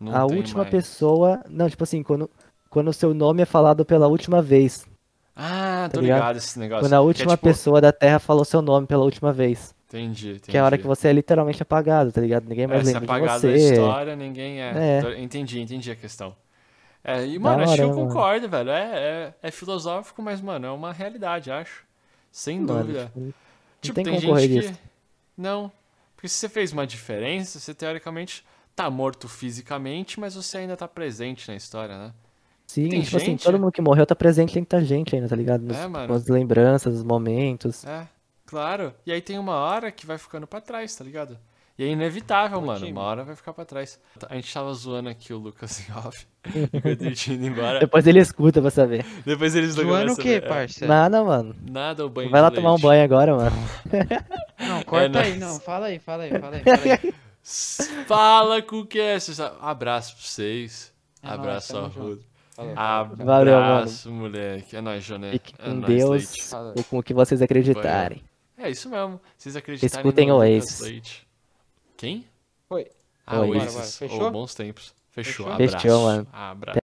[SPEAKER 2] Não
[SPEAKER 1] a
[SPEAKER 2] tem
[SPEAKER 1] última
[SPEAKER 2] mais.
[SPEAKER 1] pessoa. Não, tipo assim, quando, quando o seu nome é falado pela última vez.
[SPEAKER 2] Ah, tô
[SPEAKER 1] tá ligado?
[SPEAKER 2] ligado esse negócio.
[SPEAKER 1] Quando a
[SPEAKER 2] Que é
[SPEAKER 1] última
[SPEAKER 2] tipo-
[SPEAKER 1] pessoa da Terra falou seu nome pela última vez.
[SPEAKER 2] Entendi,
[SPEAKER 1] Que é a hora que
[SPEAKER 2] entendi.
[SPEAKER 1] você é literalmente apagado, tá ligado? Ninguém mais
[SPEAKER 2] É, se
[SPEAKER 1] lembra de
[SPEAKER 2] apagar da
[SPEAKER 1] você.
[SPEAKER 2] história, ninguém é.
[SPEAKER 1] É.
[SPEAKER 2] Tô- Entendi, entendi a questão. É, e, mano,
[SPEAKER 1] Da
[SPEAKER 2] acho que
[SPEAKER 1] hora,
[SPEAKER 2] eu
[SPEAKER 1] né, mano?
[SPEAKER 2] concordo, velho. É, é, é filosófico, mas, mano, é uma realidade, acho. Sem
[SPEAKER 1] Mano,
[SPEAKER 2] dúvida.
[SPEAKER 1] tipo, não
[SPEAKER 2] Tipo,
[SPEAKER 1] tem
[SPEAKER 2] tem
[SPEAKER 1] como correr
[SPEAKER 2] gente
[SPEAKER 1] disso.
[SPEAKER 2] que. Não. Porque se você fez uma diferença, você teoricamente tá morto fisicamente, mas você ainda tá presente na história, né?
[SPEAKER 1] Sim,
[SPEAKER 2] Tem
[SPEAKER 1] tipo assim,
[SPEAKER 2] gente?
[SPEAKER 1] todo mundo que morreu tá presente dentro da gente ainda, tá ligado? Nos,
[SPEAKER 2] É, mano.
[SPEAKER 1] nas lembranças, nos momentos.
[SPEAKER 2] É, claro. E aí tem uma hora que vai ficando pra trás, tá ligado? E é inevitável, mano.
[SPEAKER 3] time.
[SPEAKER 2] Uma hora vai ficar pra trás. A gente tava zoando aqui o Lucas em off, enquanto ele tinha ido embora.
[SPEAKER 1] Depois ele escuta pra saber.
[SPEAKER 2] Depois eles não
[SPEAKER 3] Zoando o
[SPEAKER 2] começam a
[SPEAKER 3] quê,
[SPEAKER 2] ver. É,
[SPEAKER 3] parça?
[SPEAKER 1] Nada, mano.
[SPEAKER 2] Nada o banho
[SPEAKER 1] Vai
[SPEAKER 2] de
[SPEAKER 1] lá tomar um
[SPEAKER 2] leite.
[SPEAKER 1] banho agora, mano.
[SPEAKER 3] Não, corta aí,
[SPEAKER 2] nóis.
[SPEAKER 3] não. Fala aí, fala aí, fala aí. Fala aí.
[SPEAKER 2] Fala com o que é. Abraço pra vocês.
[SPEAKER 3] É nóis,
[SPEAKER 2] Abraço
[SPEAKER 3] tamo
[SPEAKER 2] ao
[SPEAKER 3] junto.
[SPEAKER 2] Rudo.
[SPEAKER 3] Falou.
[SPEAKER 2] Ah,
[SPEAKER 1] Valeu, mano.
[SPEAKER 2] Abraço, moleque. É nóis, Joné.
[SPEAKER 1] Fique
[SPEAKER 2] É
[SPEAKER 1] com
[SPEAKER 2] nóis,
[SPEAKER 1] Deus
[SPEAKER 2] leite.
[SPEAKER 5] Falou.
[SPEAKER 1] ou com o que vocês acreditarem.
[SPEAKER 2] É isso mesmo. Vocês acreditarem
[SPEAKER 1] Escutem
[SPEAKER 2] no Lucas
[SPEAKER 1] Oasis.
[SPEAKER 2] Leite. Quem?
[SPEAKER 5] Foi.
[SPEAKER 2] Ah,
[SPEAKER 1] Oasis.
[SPEAKER 2] Oasis.
[SPEAKER 3] Bora, bora.
[SPEAKER 2] Oh,
[SPEAKER 3] Fechou?
[SPEAKER 2] bons tempos. Fechou.
[SPEAKER 3] Fechou?
[SPEAKER 2] Abraço.
[SPEAKER 1] Fechou, mano.
[SPEAKER 2] Abraço.